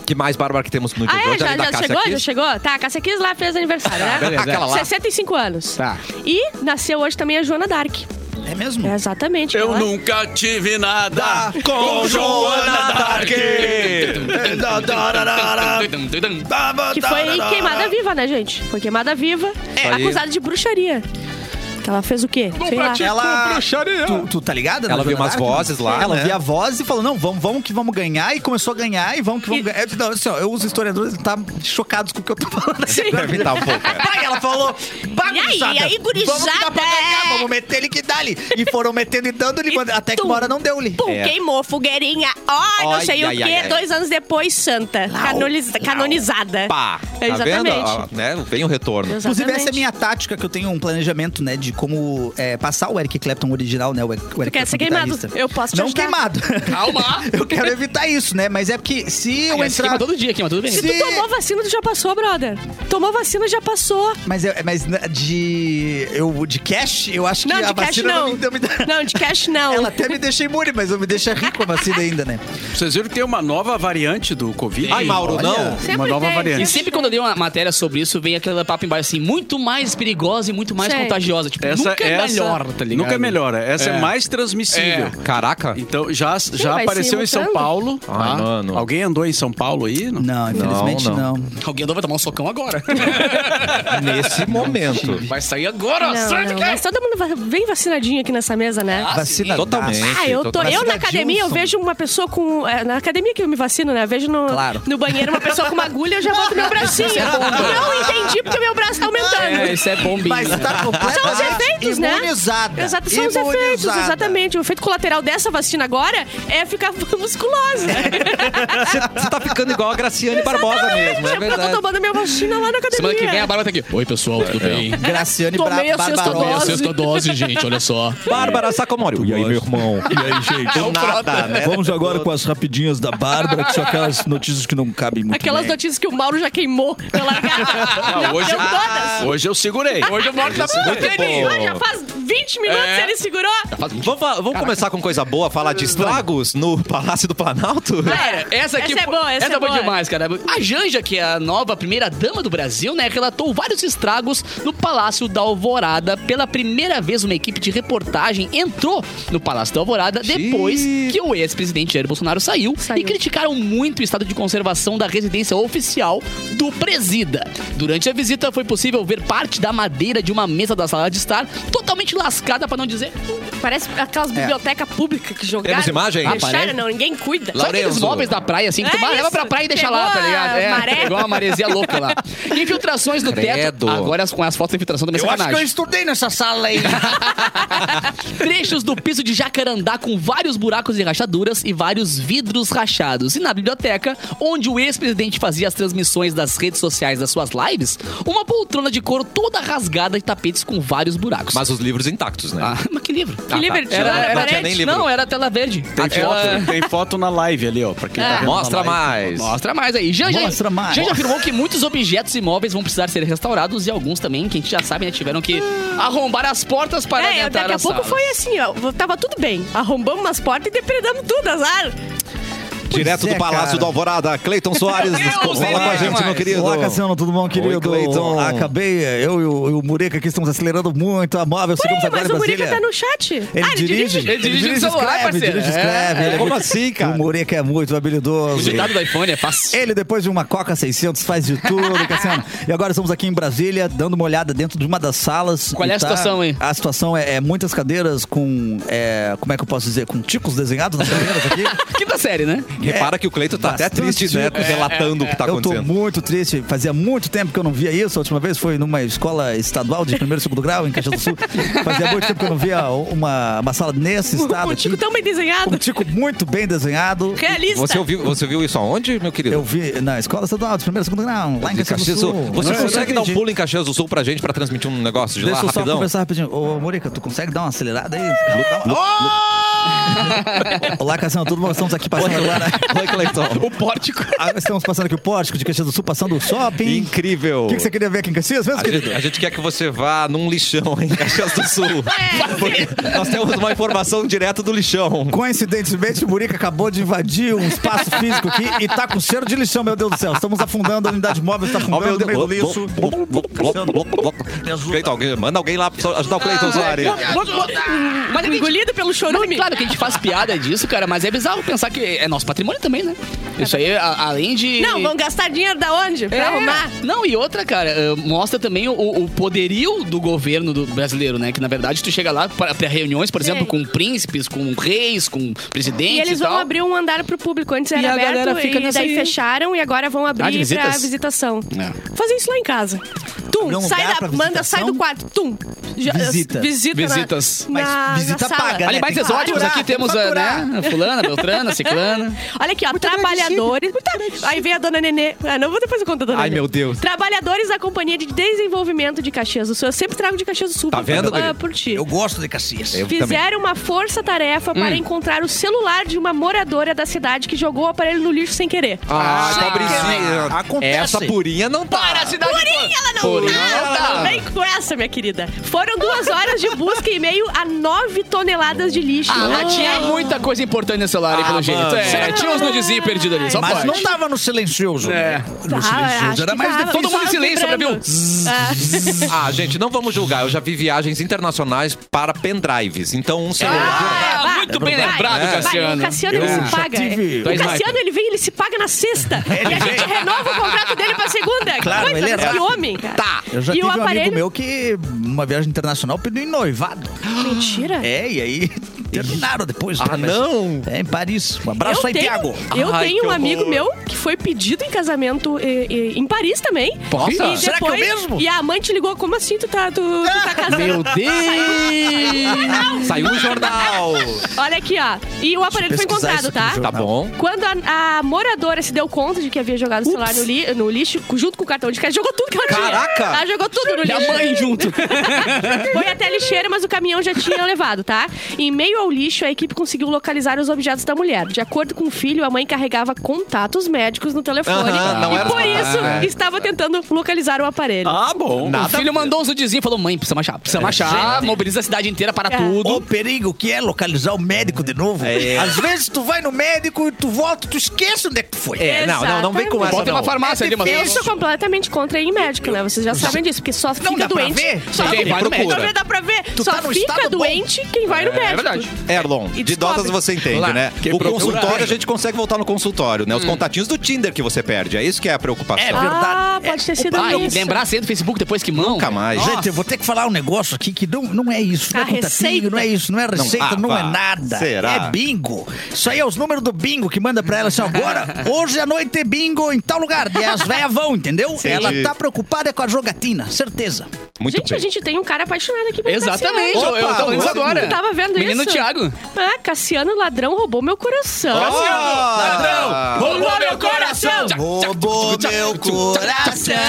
Speaker 3: Que mais, Bárbara, que temos no dia
Speaker 4: Ah,
Speaker 3: de
Speaker 4: é?
Speaker 3: hoje?
Speaker 4: Já,
Speaker 3: além da
Speaker 4: já
Speaker 3: Cássia
Speaker 4: chegou?
Speaker 3: Kiss?
Speaker 4: Já chegou? Tá, a Cássia Kiss lá fez aniversário, né?
Speaker 6: beleza.
Speaker 3: Aquela lá.
Speaker 4: 65 anos.
Speaker 6: Tá.
Speaker 4: E nasceu hoje também a Joana Dark.
Speaker 5: É mesmo?
Speaker 4: É, exatamente.
Speaker 6: Eu
Speaker 4: ela-
Speaker 6: nunca tive nada
Speaker 3: com Joana Dark.
Speaker 2: É.
Speaker 4: Que foi queimada viva, né, gente? Foi queimada viva,
Speaker 3: aí.
Speaker 4: acusada de bruxaria. Que ela fez o quê? Sei lá.
Speaker 5: Ela.
Speaker 6: bruxaria.
Speaker 5: Tu, tu tá ligada?
Speaker 3: Ela
Speaker 5: na
Speaker 3: viu
Speaker 5: Joana
Speaker 3: umas
Speaker 5: Dark?
Speaker 3: vozes lá,
Speaker 5: Ela
Speaker 3: né?
Speaker 5: viu a voz e falou: não, vamos, vamos que vamos ganhar. E começou a ganhar e vamos que vamos ganhar. Eu- Não, assim, ó, eu, os historiadores tá chocados com o que eu tô falando. Sim.
Speaker 3: Deve tá um pouco, é.
Speaker 5: Aí ela falou,
Speaker 8: E aí,
Speaker 5: bagunçada.
Speaker 8: e aí, gurizada?
Speaker 5: Vamos que dá pra ganhar, vamos meter ele que dá-lhe. E foram metendo e dando-lhe, quando- até que uma hora não deu-lhe.
Speaker 8: Pum,
Speaker 3: É.
Speaker 8: queimou, fogueirinha. Ai, não
Speaker 3: Ai,
Speaker 8: sei o
Speaker 3: ai,
Speaker 8: quê.
Speaker 3: ai, ai.
Speaker 8: Dois anos depois, santa. Canoniz- Canonizada.
Speaker 3: Pá. Tá vendo?
Speaker 4: Exatamente.
Speaker 3: Ó, né? Vem o retorno.
Speaker 5: Inclusive,
Speaker 4: Exatamente.
Speaker 5: essa é a minha tática, que eu tenho um planejamento, né, de como é, passar o Eric Clapton original, né, o Eric Clapton
Speaker 4: quer ser queimado?
Speaker 5: guitarrista.
Speaker 4: Eu posso te
Speaker 5: Não
Speaker 4: ajudar.
Speaker 5: queimado.
Speaker 2: Calma.
Speaker 5: <laughs> eu quero evitar isso, né, mas é porque se eu
Speaker 2: Esse queima
Speaker 5: entrar...
Speaker 2: todo dia, queima tudo bem.
Speaker 5: Se-
Speaker 4: Tu tomou vacina, tu já passou, brother. Tomou vacina, já passou.
Speaker 5: Mas, eu- mas na- de. Eu, de cash, eu acho que
Speaker 4: Não,
Speaker 5: a
Speaker 4: de cash
Speaker 5: vacina
Speaker 4: não.
Speaker 5: me, não me dá.
Speaker 4: Não, de cash não.
Speaker 5: Ela até me deixa imune, mas eu me deixa rico a vacina ainda, né?
Speaker 6: Vocês viram que tem uma nova variante do Covid?
Speaker 3: Ai, Mauro,
Speaker 6: Olha,
Speaker 3: não.
Speaker 6: Uma
Speaker 4: Sempre
Speaker 6: nova
Speaker 4: tem,
Speaker 2: E
Speaker 6: variante.
Speaker 2: sempre quando eu dei uma matéria sobre isso, vem aquele papo embaixo assim, muito mais perigosa e muito mais
Speaker 4: Sei.
Speaker 2: contagiosa. Tipo,
Speaker 6: Essa,
Speaker 2: nunca é
Speaker 6: essa-
Speaker 2: melhor, tá ligado?
Speaker 6: Nunca é melhor. Essa é,
Speaker 2: É.
Speaker 6: mais transmissível.
Speaker 3: Caraca.
Speaker 6: Então, já, já
Speaker 4: vai se
Speaker 6: apareceu em São
Speaker 4: mutando.
Speaker 6: Paulo.
Speaker 3: Ai,
Speaker 6: tá?
Speaker 3: mano.
Speaker 6: Alguém andou em São Paulo aí? Não.
Speaker 5: Não, infelizmente não.
Speaker 3: não.
Speaker 2: Alguém vai tomar um socão agora.
Speaker 3: Nesse momento.
Speaker 2: vai sair agora,
Speaker 4: Não,
Speaker 2: sai de
Speaker 4: não,
Speaker 2: cá.
Speaker 4: mas todo mundo va- bem vacinadinho aqui nessa mesa, né?
Speaker 5: Vacina
Speaker 3: Totalmente.
Speaker 4: Ah, eu tô.
Speaker 3: totalmente.
Speaker 4: Eu na
Speaker 5: Vacina
Speaker 4: academia, eu
Speaker 5: Johnson.
Speaker 4: vejo uma pessoa com. é, na academia que eu me vacino, né? Eu vejo no,
Speaker 5: Claro.
Speaker 4: no banheiro uma pessoa com uma agulha, eu já boto meu bracinho.
Speaker 3: é né?
Speaker 4: Não entendi porque meu braço tá aumentando.
Speaker 2: É, isso é bombinho.
Speaker 5: Mas tá completamente
Speaker 4: São os efeitos, né?
Speaker 5: imunizada.
Speaker 4: Exato, são os
Speaker 5: É. Imunizada.
Speaker 4: efeitos, exatamente. O efeito colateral dessa vacina agora é ficar <laughs> musculosa.
Speaker 3: Você tá ficando igual a Graciane Barbosa mesmo, é
Speaker 4: Porque eu tô
Speaker 3: verdade.
Speaker 4: tomando minha vacina lá na academia.
Speaker 2: Semana que vem a Bárbara tá aqui. Oi, pessoal, tudo bem?
Speaker 5: é. Graciane Bra
Speaker 4: Tomei a sexta
Speaker 2: É a
Speaker 5: Barbarosa.
Speaker 4: dose.
Speaker 2: sexta dose, gente, olha só.
Speaker 3: Bárbara Sacomori. E aí, meu irmão?
Speaker 5: É
Speaker 2: Então, nada, né?
Speaker 9: Vamos agora com as rapidinhas da Bárbara, que são aquelas notícias que não cabem muito
Speaker 4: Aquelas
Speaker 9: bem.
Speaker 4: notícias que o Mauro já queimou pela largada. já
Speaker 6: hoje, é
Speaker 4: deu todas.
Speaker 6: Ah, hoje eu segurei.
Speaker 2: Hoje eu moro na
Speaker 3: bom.
Speaker 4: Ah, já faz 20 minutos
Speaker 2: É.
Speaker 4: ele segurou.
Speaker 3: Vamos, fa- vamos começar com coisa boa, falar de estragos no Palácio do Planalto?
Speaker 2: Cara, essa aqui
Speaker 4: Essa é
Speaker 2: foi-
Speaker 4: boa, essa é
Speaker 2: foi
Speaker 4: boa.
Speaker 2: demais, cara. A Janja, que é a nova primeira dama do Brasil, né, relatou vários estragos no Palácio da Alvorada. Pela primeira vez, uma equipe de reportagem entrou no Palácio da Alvorada depois que o ex-presidente Jair Bolsonaro saiu,
Speaker 4: Saiu.
Speaker 2: e criticaram muito o estado de conservação da residência oficial do presida. Durante a visita, foi possível ver parte da madeira de uma mesa da sala de estar totalmente lascada, pra não dizer
Speaker 4: Parece aquelas bibliotecas públicas que jogaram.
Speaker 3: Temos imagem?
Speaker 4: Deixaram,
Speaker 2: Aparece.
Speaker 4: não, ninguém cuida.
Speaker 2: Sabe aqueles
Speaker 3: Laurenzo.
Speaker 2: móveis da praia, assim, que tu
Speaker 4: É
Speaker 2: vai- leva
Speaker 4: isso.
Speaker 2: pra praia e deixa
Speaker 4: Pegou
Speaker 2: lá, tá ligado?
Speaker 4: a maré.
Speaker 2: É, pegou uma maresia
Speaker 4: <laughs>
Speaker 2: louca lá. Infiltrações no teto.
Speaker 3: Credo.
Speaker 2: Agora as- com as fotos da infiltração também é
Speaker 5: Eu acho que eu
Speaker 2: sacanagem.
Speaker 5: estudei nessa sala aí.
Speaker 2: <laughs> Trechos do piso de jacarandá com vários buracos e rachaduras e vários vidros rachados. E na biblioteca, onde o ex-presidente fazia as transmissões das redes sociais das suas lives, uma poltrona de couro toda rasgada e tapetes com vários buracos.
Speaker 3: Mas os livros intactos, né?
Speaker 2: Ah, <laughs> mas que livro?
Speaker 4: Que livro? Tinha
Speaker 2: Era,
Speaker 4: lá na
Speaker 2: era-
Speaker 3: parede? nem livro.
Speaker 2: Não, era tela verde.
Speaker 6: Tem
Speaker 2: Ela-
Speaker 6: foto, né? tem foto na live ali, ó. Pra quem tá vendo
Speaker 3: É.
Speaker 6: na
Speaker 3: Mostra
Speaker 6: live.
Speaker 3: mais.
Speaker 5: então.
Speaker 2: Mostra mais aí. Janja,
Speaker 5: Mostra mais.
Speaker 2: Janja afirmou que muitos objetos imóveis vão precisar ser restaurados e alguns também, que a gente já sabe, né, tiveram que
Speaker 5: Ah.
Speaker 2: arrombar as portas para
Speaker 4: É,
Speaker 2: adentrar
Speaker 4: daqui a
Speaker 2: as
Speaker 4: pouco
Speaker 2: salas.
Speaker 4: foi assim, ó. Tava tudo bem. Arrombamos as portas e depredamos tudo, azar.
Speaker 3: Direto
Speaker 5: é,
Speaker 3: do Palácio
Speaker 5: cara.
Speaker 3: do Alvorada, Cleiton Soares.
Speaker 2: Deus, ele
Speaker 3: Fala com a
Speaker 2: é
Speaker 3: gente, meu
Speaker 2: demais.
Speaker 3: querido.
Speaker 5: Olá, Cassiano, tudo bom, querido?
Speaker 3: Cleiton.
Speaker 5: Acabei, eu e o, e o Mureca aqui estamos acelerando muito a móvel, subimos
Speaker 4: Ué,
Speaker 5: agora
Speaker 4: mas
Speaker 5: em
Speaker 4: o Murica
Speaker 5: Brasília.
Speaker 4: tá no chat.
Speaker 5: Ele,
Speaker 4: ah, ele dirige?
Speaker 5: dirige,
Speaker 2: Ele dirige no celular,
Speaker 5: escreve,
Speaker 2: parceiro.
Speaker 5: dirige, escreve.
Speaker 2: É.
Speaker 5: Ele é
Speaker 3: Como
Speaker 5: muito-
Speaker 3: assim, cara?
Speaker 5: O Mureca é muito
Speaker 2: O
Speaker 5: habilidoso.
Speaker 2: ditado do iPhone é fácil.
Speaker 5: Ele, depois de uma Coca 600, faz de tudo,
Speaker 2: <laughs>
Speaker 5: Cassiano. E agora estamos aqui em Brasília, dando uma olhada dentro de uma das salas.
Speaker 2: Qual é a
Speaker 5: E
Speaker 2: situação, hein?
Speaker 5: A situação é, é muitas cadeiras com, é, como é que eu posso dizer, com ticos desenhados nas cadeiras aqui.
Speaker 2: Quinta série, né?
Speaker 3: Repara que o Cleiton tá até
Speaker 5: É Bastante
Speaker 3: triste, né?
Speaker 5: dicas.
Speaker 3: Relatando o que tá
Speaker 5: é. eu tô
Speaker 3: acontecendo.
Speaker 5: muito triste, fazia muito tempo que eu não via isso. A última vez foi numa escola estadual de primeiro e segundo grau, em Caxias
Speaker 3: <laughs>
Speaker 5: do Sul. Fazia muito tempo que eu não via uma, uma sala nesse estado.
Speaker 4: O Tico
Speaker 5: aqui.
Speaker 4: tão bem
Speaker 5: Um
Speaker 4: desenhado.
Speaker 5: tico muito bem desenhado.
Speaker 4: Realista.
Speaker 3: Você ouviu, você viu isso aonde, meu querido?
Speaker 5: Eu vi na escola estadual de primeiro e segundo grau, lá em
Speaker 3: De
Speaker 5: Caxias do Sul.
Speaker 3: Você
Speaker 5: Não, eu
Speaker 3: consegue
Speaker 5: não
Speaker 3: dar um
Speaker 5: entendi.
Speaker 3: pulo em Caxias do Sul pra gente pra transmitir um negócio de lá
Speaker 5: Deixa eu só
Speaker 3: rapidão?
Speaker 5: conversar rapidinho. Ô, Morica, tu consegue dar uma acelerada aí? Dá uma- <laughs> Olá, Cassiano, tudo bom? Estamos aqui passando agora.
Speaker 3: <laughs> Oi, Cleiton.
Speaker 2: O pórtico.
Speaker 5: Ah, Estamos passando aqui o pórtico de Caxias do Sul, passando o shopping.
Speaker 3: Incrível.
Speaker 5: O que, que você queria ver aqui em Caxias mesmo,
Speaker 3: A
Speaker 5: querido?
Speaker 3: gente, a gente quer que você vá num lixão em Caxias do Sul. Porque nós temos uma informação direto do lixão.
Speaker 5: Coincidentemente, o Murica acabou de invadir um espaço físico aqui e tá com cheiro de lixão, meu Deus do céu. Estamos afundando, a unidade móvel está
Speaker 3: Ó,
Speaker 5: afundando no meio do lixo.
Speaker 3: Blop, blop, blop, blop, blop, blop. Cleiton, alguém- manda alguém lá pra ajudar o
Speaker 2: Ah,
Speaker 3: Cleiton Soares.
Speaker 2: Mas é a gente-
Speaker 4: Engolido pelo
Speaker 2: Não, é
Speaker 4: chorume.
Speaker 2: claro que a gente faz piada disso, cara, mas é bizarro pensar que é nosso patrimônio também, né? Isso aí, a- além de.
Speaker 4: É Não, vão gastar dinheiro da onde? Pra
Speaker 2: É.
Speaker 4: arrumar.
Speaker 2: Não, e outra, cara, eh, mostra também o, o poderio do governo do brasileiro, né? Que na verdade tu chega lá para pra reuniões, por exemplo, com príncipes, com reis, com presidentes.
Speaker 4: E eles
Speaker 2: e
Speaker 4: vão
Speaker 2: tal.
Speaker 4: abrir um andar pro público. Antes
Speaker 2: E
Speaker 4: era
Speaker 2: a galera
Speaker 4: aberto
Speaker 2: fica
Speaker 4: e
Speaker 2: nessa
Speaker 4: daí
Speaker 2: aí.
Speaker 4: fecharam e agora vão abrir
Speaker 2: Ah, de visitas?
Speaker 4: pra visitação.
Speaker 2: É.
Speaker 4: Fazer isso lá em casa.
Speaker 5: Abrir
Speaker 4: Tum,
Speaker 5: um
Speaker 4: sai
Speaker 5: lugar
Speaker 4: da,
Speaker 5: pra
Speaker 4: manda,
Speaker 5: visitação?
Speaker 4: sai do quarto. Tum. Já-
Speaker 5: Visita.
Speaker 4: Visita na-
Speaker 2: Visitas.
Speaker 4: Na, na
Speaker 5: visita
Speaker 4: sala.
Speaker 5: paga, né?
Speaker 2: Animais
Speaker 5: Tem que
Speaker 2: exóticos
Speaker 5: faturar, tem
Speaker 2: aqui
Speaker 5: que
Speaker 2: temos, eh,
Speaker 5: faturar.
Speaker 2: né? a Fulana, Beltrana, Ciclana.
Speaker 4: Olha aqui, ó, trabalhadores. Aí vem a dona Nenê. Ah, não, vou depois eu conto a dona
Speaker 3: Ai,
Speaker 4: Nenê.
Speaker 3: meu Deus.
Speaker 4: Trabalhadores da Companhia de Desenvolvimento de Caxias do Sul. Eu sempre trago de Caxias do Sul.
Speaker 3: Tá
Speaker 4: por-
Speaker 3: vendo,
Speaker 4: ah,
Speaker 3: querido?
Speaker 4: por ti.
Speaker 5: Eu gosto de Caxias.
Speaker 4: Fizeram uma força-tarefa para
Speaker 2: Hum.
Speaker 4: encontrar o celular de uma moradora da cidade que jogou o aparelho no lixo sem querer.
Speaker 3: Ah, pobrezinha.
Speaker 5: Acontece.
Speaker 3: Essa purinha não tá.
Speaker 2: Para a cidade!
Speaker 4: Purinha, ela não
Speaker 2: Purinha,
Speaker 4: tá.
Speaker 2: ela não tá.
Speaker 4: Vem com essa, minha querida. Foram duas horas de busca e meio a nove toneladas de lixo.
Speaker 2: Ah,
Speaker 4: Ah,
Speaker 2: tinha muita coisa importante nesse celular aí, pelo jeito. É, tinha uns nudezinhos perdidos ali, só
Speaker 5: Mas
Speaker 2: pode.
Speaker 5: não tava no silencioso.
Speaker 2: É.
Speaker 5: No silencioso
Speaker 4: ah, acho
Speaker 5: era
Speaker 4: que tá
Speaker 5: mais
Speaker 4: tava.
Speaker 5: difícil.
Speaker 2: Todo mundo em silêncio pra ver um...
Speaker 3: Ah, gente, não vamos julgar. Eu já vi viagens internacionais para pendrives. Então, um celular.
Speaker 2: Ah,
Speaker 4: vai.
Speaker 2: muito bem lembrado,
Speaker 4: Vai,
Speaker 2: Cassiano.
Speaker 4: O Cassiano ele
Speaker 5: Eu
Speaker 4: se
Speaker 5: já
Speaker 4: paga.
Speaker 5: tive-
Speaker 4: O
Speaker 2: Dois
Speaker 4: Cassiano
Speaker 2: likes.
Speaker 4: ele vem, ele se paga na sexta. e a gente renova o contrato dele pra segunda.
Speaker 5: Claro,
Speaker 4: Coisa,
Speaker 5: ele é
Speaker 4: mas que
Speaker 2: assim.
Speaker 5: rápido.
Speaker 4: homem, cara. Tá.
Speaker 5: Eu já
Speaker 4: e
Speaker 5: tive
Speaker 4: o
Speaker 5: um amigo
Speaker 4: aparelho.
Speaker 5: meu que, uma viagem internacional, pediu em noivado.
Speaker 4: Ah. Mentira.
Speaker 5: É, e aí terminaram depois. né?
Speaker 3: Ah, não!
Speaker 5: É, em Paris. Um abraço aí, Tiago.
Speaker 4: eu
Speaker 3: Ai,
Speaker 4: tenho
Speaker 3: que
Speaker 4: um amigo
Speaker 3: horror.
Speaker 4: meu que foi pedido em casamento eh, eh, em Paris também. E
Speaker 2: Nossa,
Speaker 4: depois,
Speaker 5: será que é o mesmo?
Speaker 4: E a amante ligou, como assim tu tá,
Speaker 5: <laughs>
Speaker 4: tu, tu tá casando?
Speaker 2: Meu Deus!
Speaker 3: Saiu um jornal.
Speaker 4: Olha aqui, ó. E o aparelho foi
Speaker 5: Deixa eu pesquisar
Speaker 4: encontrado,
Speaker 5: isso
Speaker 4: tá?
Speaker 5: aqui no
Speaker 3: Tá bom.
Speaker 4: Quando a, a moradora se deu conta de que havia jogado o celular no, li- no lixo, junto com o cartão de crédito, jogou tudo que ela tinha.
Speaker 3: Caraca!
Speaker 4: Ela jogou tudo no
Speaker 2: E a
Speaker 4: lixo.
Speaker 2: mãe junto.
Speaker 4: Foi até a lixeira, mas o caminhão já tinha levado, tá? Em meio ao lixo, a equipe conseguiu localizar os objetos da mulher. De acordo com o filho, a mãe carregava contatos médicos no telefone.
Speaker 3: Aham, não
Speaker 4: e
Speaker 3: era-
Speaker 4: por isso,
Speaker 3: Ah, é.
Speaker 4: estava tentando localizar o aparelho.
Speaker 6: Ah, bom.
Speaker 2: O filho mandou um nudezinhos e falou: mãe, precisamos achar, precisamos achar. Mobiliza a cidade inteira para
Speaker 4: É.
Speaker 2: tudo.
Speaker 5: O perigo que é localizar o médico de novo. Às vezes tu vai no médico e tu volta, tu esquece onde é que tu foi.
Speaker 3: É, não, não, não vem com essa.
Speaker 2: Bota
Speaker 3: não.
Speaker 2: uma farmácia ali, mano.
Speaker 4: Eu sou completamente contra ir em médico, né? Vocês já sabem disso, porque só fica
Speaker 5: dá pra
Speaker 4: doente.
Speaker 5: ver?
Speaker 4: Só
Speaker 2: Quem vai no médico.
Speaker 4: Não dá pra ver.
Speaker 5: Tu
Speaker 4: só
Speaker 5: tá no
Speaker 4: fica
Speaker 5: estado bom. É
Speaker 4: doente quem vai no médico.
Speaker 2: verdade.
Speaker 3: Erlon, É,
Speaker 4: E
Speaker 3: de
Speaker 4: descobre.
Speaker 3: dotas você entende,
Speaker 6: Lá,
Speaker 3: né?
Speaker 6: quem
Speaker 3: O
Speaker 6: procura,
Speaker 3: consultório
Speaker 6: acha.
Speaker 3: a gente consegue voltar no consultório, né? Os contatinhos do Tinder que você perde. É isso que é a preocupação.
Speaker 5: É verdade.
Speaker 4: Ah, pode ter sido
Speaker 2: Ah, e
Speaker 4: isso.
Speaker 2: lembrar sempre do Facebook depois que mão.
Speaker 3: Nunca mais.
Speaker 5: Gente, eu vou ter que falar um negócio aqui que não, não é isso. Não
Speaker 4: A
Speaker 5: é contatinho,
Speaker 4: receita.
Speaker 5: não é isso, não é receita,
Speaker 3: ah,
Speaker 5: não, é
Speaker 3: vá.
Speaker 5: nada.
Speaker 3: Será?
Speaker 5: É bingo. Isso aí é os números do bingo que manda pra ela assim, agora, hoje à noite é bingo em tal lugar. E as velhas vão, entendeu? Ela tá preocupada com a jogatina, certeza.
Speaker 3: Muito
Speaker 4: gente, a
Speaker 3: bem.
Speaker 4: gente tem um cara apaixonado aqui pelo
Speaker 2: Exatamente.
Speaker 4: Cassiano.
Speaker 2: eu- eu tô falando isso agora.
Speaker 4: Eu tava vendo
Speaker 2: Menino
Speaker 4: isso.
Speaker 2: Thiago.
Speaker 4: Ah, Cassiano Ladrão roubou meu coração.
Speaker 3: Ah!
Speaker 2: Roubou meu coração!
Speaker 5: Roubou meu coração.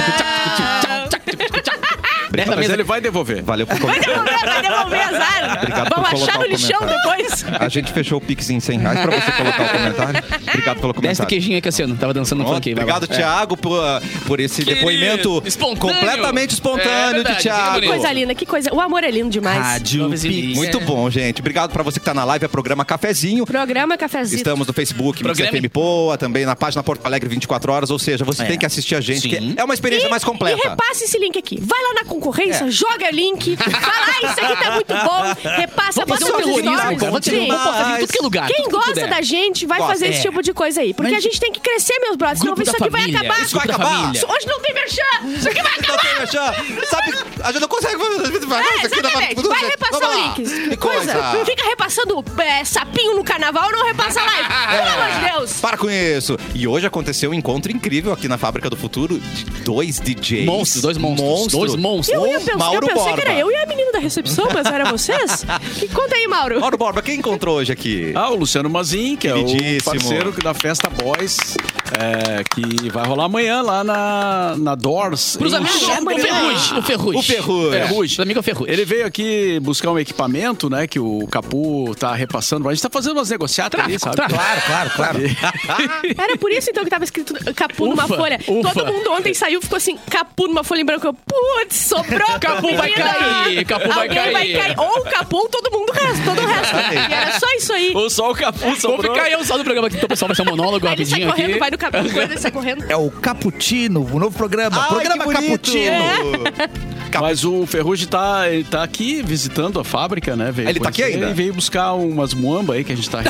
Speaker 2: Dessa
Speaker 3: Mas
Speaker 2: mesa
Speaker 3: ele
Speaker 6: Ele vai devolver.
Speaker 3: Valeu por comentar.
Speaker 4: Vai devolver, vai devolver azar.
Speaker 3: Obrigado
Speaker 8: Vão
Speaker 3: por colocar
Speaker 8: achar no
Speaker 3: o
Speaker 8: lixão
Speaker 3: comentário.
Speaker 8: depois.
Speaker 3: A gente fechou o Pix em 100 reais pra você colocar o comentário. Obrigado pelo
Speaker 2: Desce do
Speaker 3: comentário.
Speaker 2: queijinho aí, Cassiano. Tava dançando no
Speaker 3: Pronto,
Speaker 2: funk. aí, vai lá. É.
Speaker 3: obrigado, Thiago, por, ah, por esse
Speaker 10: Querido,
Speaker 3: depoimento
Speaker 10: espontâneo.
Speaker 3: completamente
Speaker 10: É
Speaker 3: espontâneo
Speaker 10: verdade,
Speaker 3: de
Speaker 10: que
Speaker 3: Thiago.
Speaker 10: bonito.
Speaker 4: Coisa linda, É. que coisa. O amor é lindo demais.
Speaker 9: Rádio
Speaker 2: Noves e
Speaker 9: Pix.
Speaker 2: Lins.
Speaker 3: Muito bom, gente. Obrigado pra você que tá na live. É programa Cafezinho.
Speaker 4: Programa Cafezinho.
Speaker 3: Estamos no Facebook, Mix
Speaker 10: Programa.
Speaker 3: FM Poa, também na página Porto Alegre 24 horas, ou seja,
Speaker 2: É.
Speaker 3: você tem que assistir a gente,
Speaker 10: Sim.
Speaker 3: que é uma experiência mais
Speaker 4: E
Speaker 3: completa.
Speaker 4: repasse esse link aqui. Vai lá na concorrência,
Speaker 2: É.
Speaker 4: joga o link, fala, ah, isso aqui
Speaker 2: <laughs>
Speaker 4: tá muito bom, repassa,
Speaker 2: Vamos
Speaker 4: bota
Speaker 2: fazer um
Speaker 4: nos
Speaker 2: terrorismo,
Speaker 4: stories.
Speaker 2: cara. Vamos ter-
Speaker 4: Sim.
Speaker 2: vamos fazer em tudo que é lugar.
Speaker 4: Quem
Speaker 2: tudo que
Speaker 4: gosta
Speaker 2: puder. É.
Speaker 4: da gente vai
Speaker 3: Gosta.
Speaker 4: fazer esse tipo de coisa aí. Porque
Speaker 2: Mas-
Speaker 4: a gente tem que crescer, meus brothers. Senão
Speaker 2: Grupo
Speaker 4: isso
Speaker 2: da
Speaker 4: aqui vai
Speaker 2: família.
Speaker 4: acabar.
Speaker 3: Isso vai
Speaker 2: Grupo da
Speaker 3: acabar.
Speaker 2: família.
Speaker 4: Isso- Hoje não tem merchan. Isso aqui
Speaker 2: <laughs>
Speaker 4: vai acabar.
Speaker 3: Não tem merchan. Sabe, a gente não consegue fazer.
Speaker 4: É,
Speaker 3: aqui dá pra-
Speaker 4: exatamente. Vai repassar
Speaker 3: Vamos
Speaker 4: o
Speaker 3: lá.
Speaker 4: link.
Speaker 3: Que coisa.
Speaker 4: Fica repassando é, sapinho no carnaval, não
Speaker 3: <laughs>
Speaker 4: repassa live. Pelo amor de Deus.
Speaker 3: É. Para com isso! E hoje aconteceu um encontro incrível aqui na Fábrica do Futuro de dois DJs.
Speaker 2: Monstros, dois monstros. Dois monstros.
Speaker 4: Eu ia pensar,
Speaker 3: Mauro
Speaker 4: eu pensei
Speaker 3: Borba.
Speaker 4: que era eu e a menina da recepção,
Speaker 3: <laughs>
Speaker 4: mas era vocês? E conta aí, Mauro.
Speaker 3: Mauro Borba, quem encontrou hoje aqui?
Speaker 6: Ah, o Luciano Mazin, que é o
Speaker 3: Queridíssimo.
Speaker 6: parceiro da Festa Boys, é, que vai rolar amanhã lá na, na Doors.
Speaker 2: Pros
Speaker 4: é
Speaker 6: em
Speaker 2: amigos, o
Speaker 6: Chapecó.
Speaker 2: Ferrugem. O Ferrugem.
Speaker 3: O Ferrugem.
Speaker 6: Ferrugem.
Speaker 2: Pros amigos, é o Ferrugem.
Speaker 6: Ele veio aqui buscar um equipamento, né, que o Capu tá repassando. A gente tá fazendo umas negociatas ali, sabe?
Speaker 5: Claro, claro, claro.
Speaker 4: Era por isso então que tava escrito capu numa
Speaker 2: Ufa,
Speaker 4: folha.
Speaker 2: ufa.
Speaker 4: Todo mundo ontem saiu ficou assim, capu numa folha em branco. Eu, Putz, sobrou.
Speaker 3: <laughs>
Speaker 2: Capu vai
Speaker 4: menina.
Speaker 2: cair, capu vai
Speaker 4: Alguém
Speaker 2: cair.
Speaker 4: Ou capu, ou todo mundo, o resto, todo o resto. E era só isso aí.
Speaker 10: Ou só o capuz
Speaker 2: Vou
Speaker 10: sobrou.
Speaker 2: ficar eu só no programa aqui, então o pessoal vai ser um monólogo
Speaker 4: Aí ele sai
Speaker 2: rapidinho aqui.
Speaker 4: correndo, vai no capu, depois ele sai
Speaker 3: <laughs>
Speaker 4: correndo.
Speaker 5: É o Caputino, o novo programa.
Speaker 3: Ai,
Speaker 5: programa
Speaker 3: que bonito.
Speaker 5: Caputino.
Speaker 4: É.
Speaker 6: Mas o Ferrugem tá, ele tá aqui visitando a fábrica, né? Veio
Speaker 3: Ele tá aqui
Speaker 6: conhecer
Speaker 3: ainda?
Speaker 6: E veio buscar umas muamba aí que a
Speaker 2: <laughs>
Speaker 6: gente tá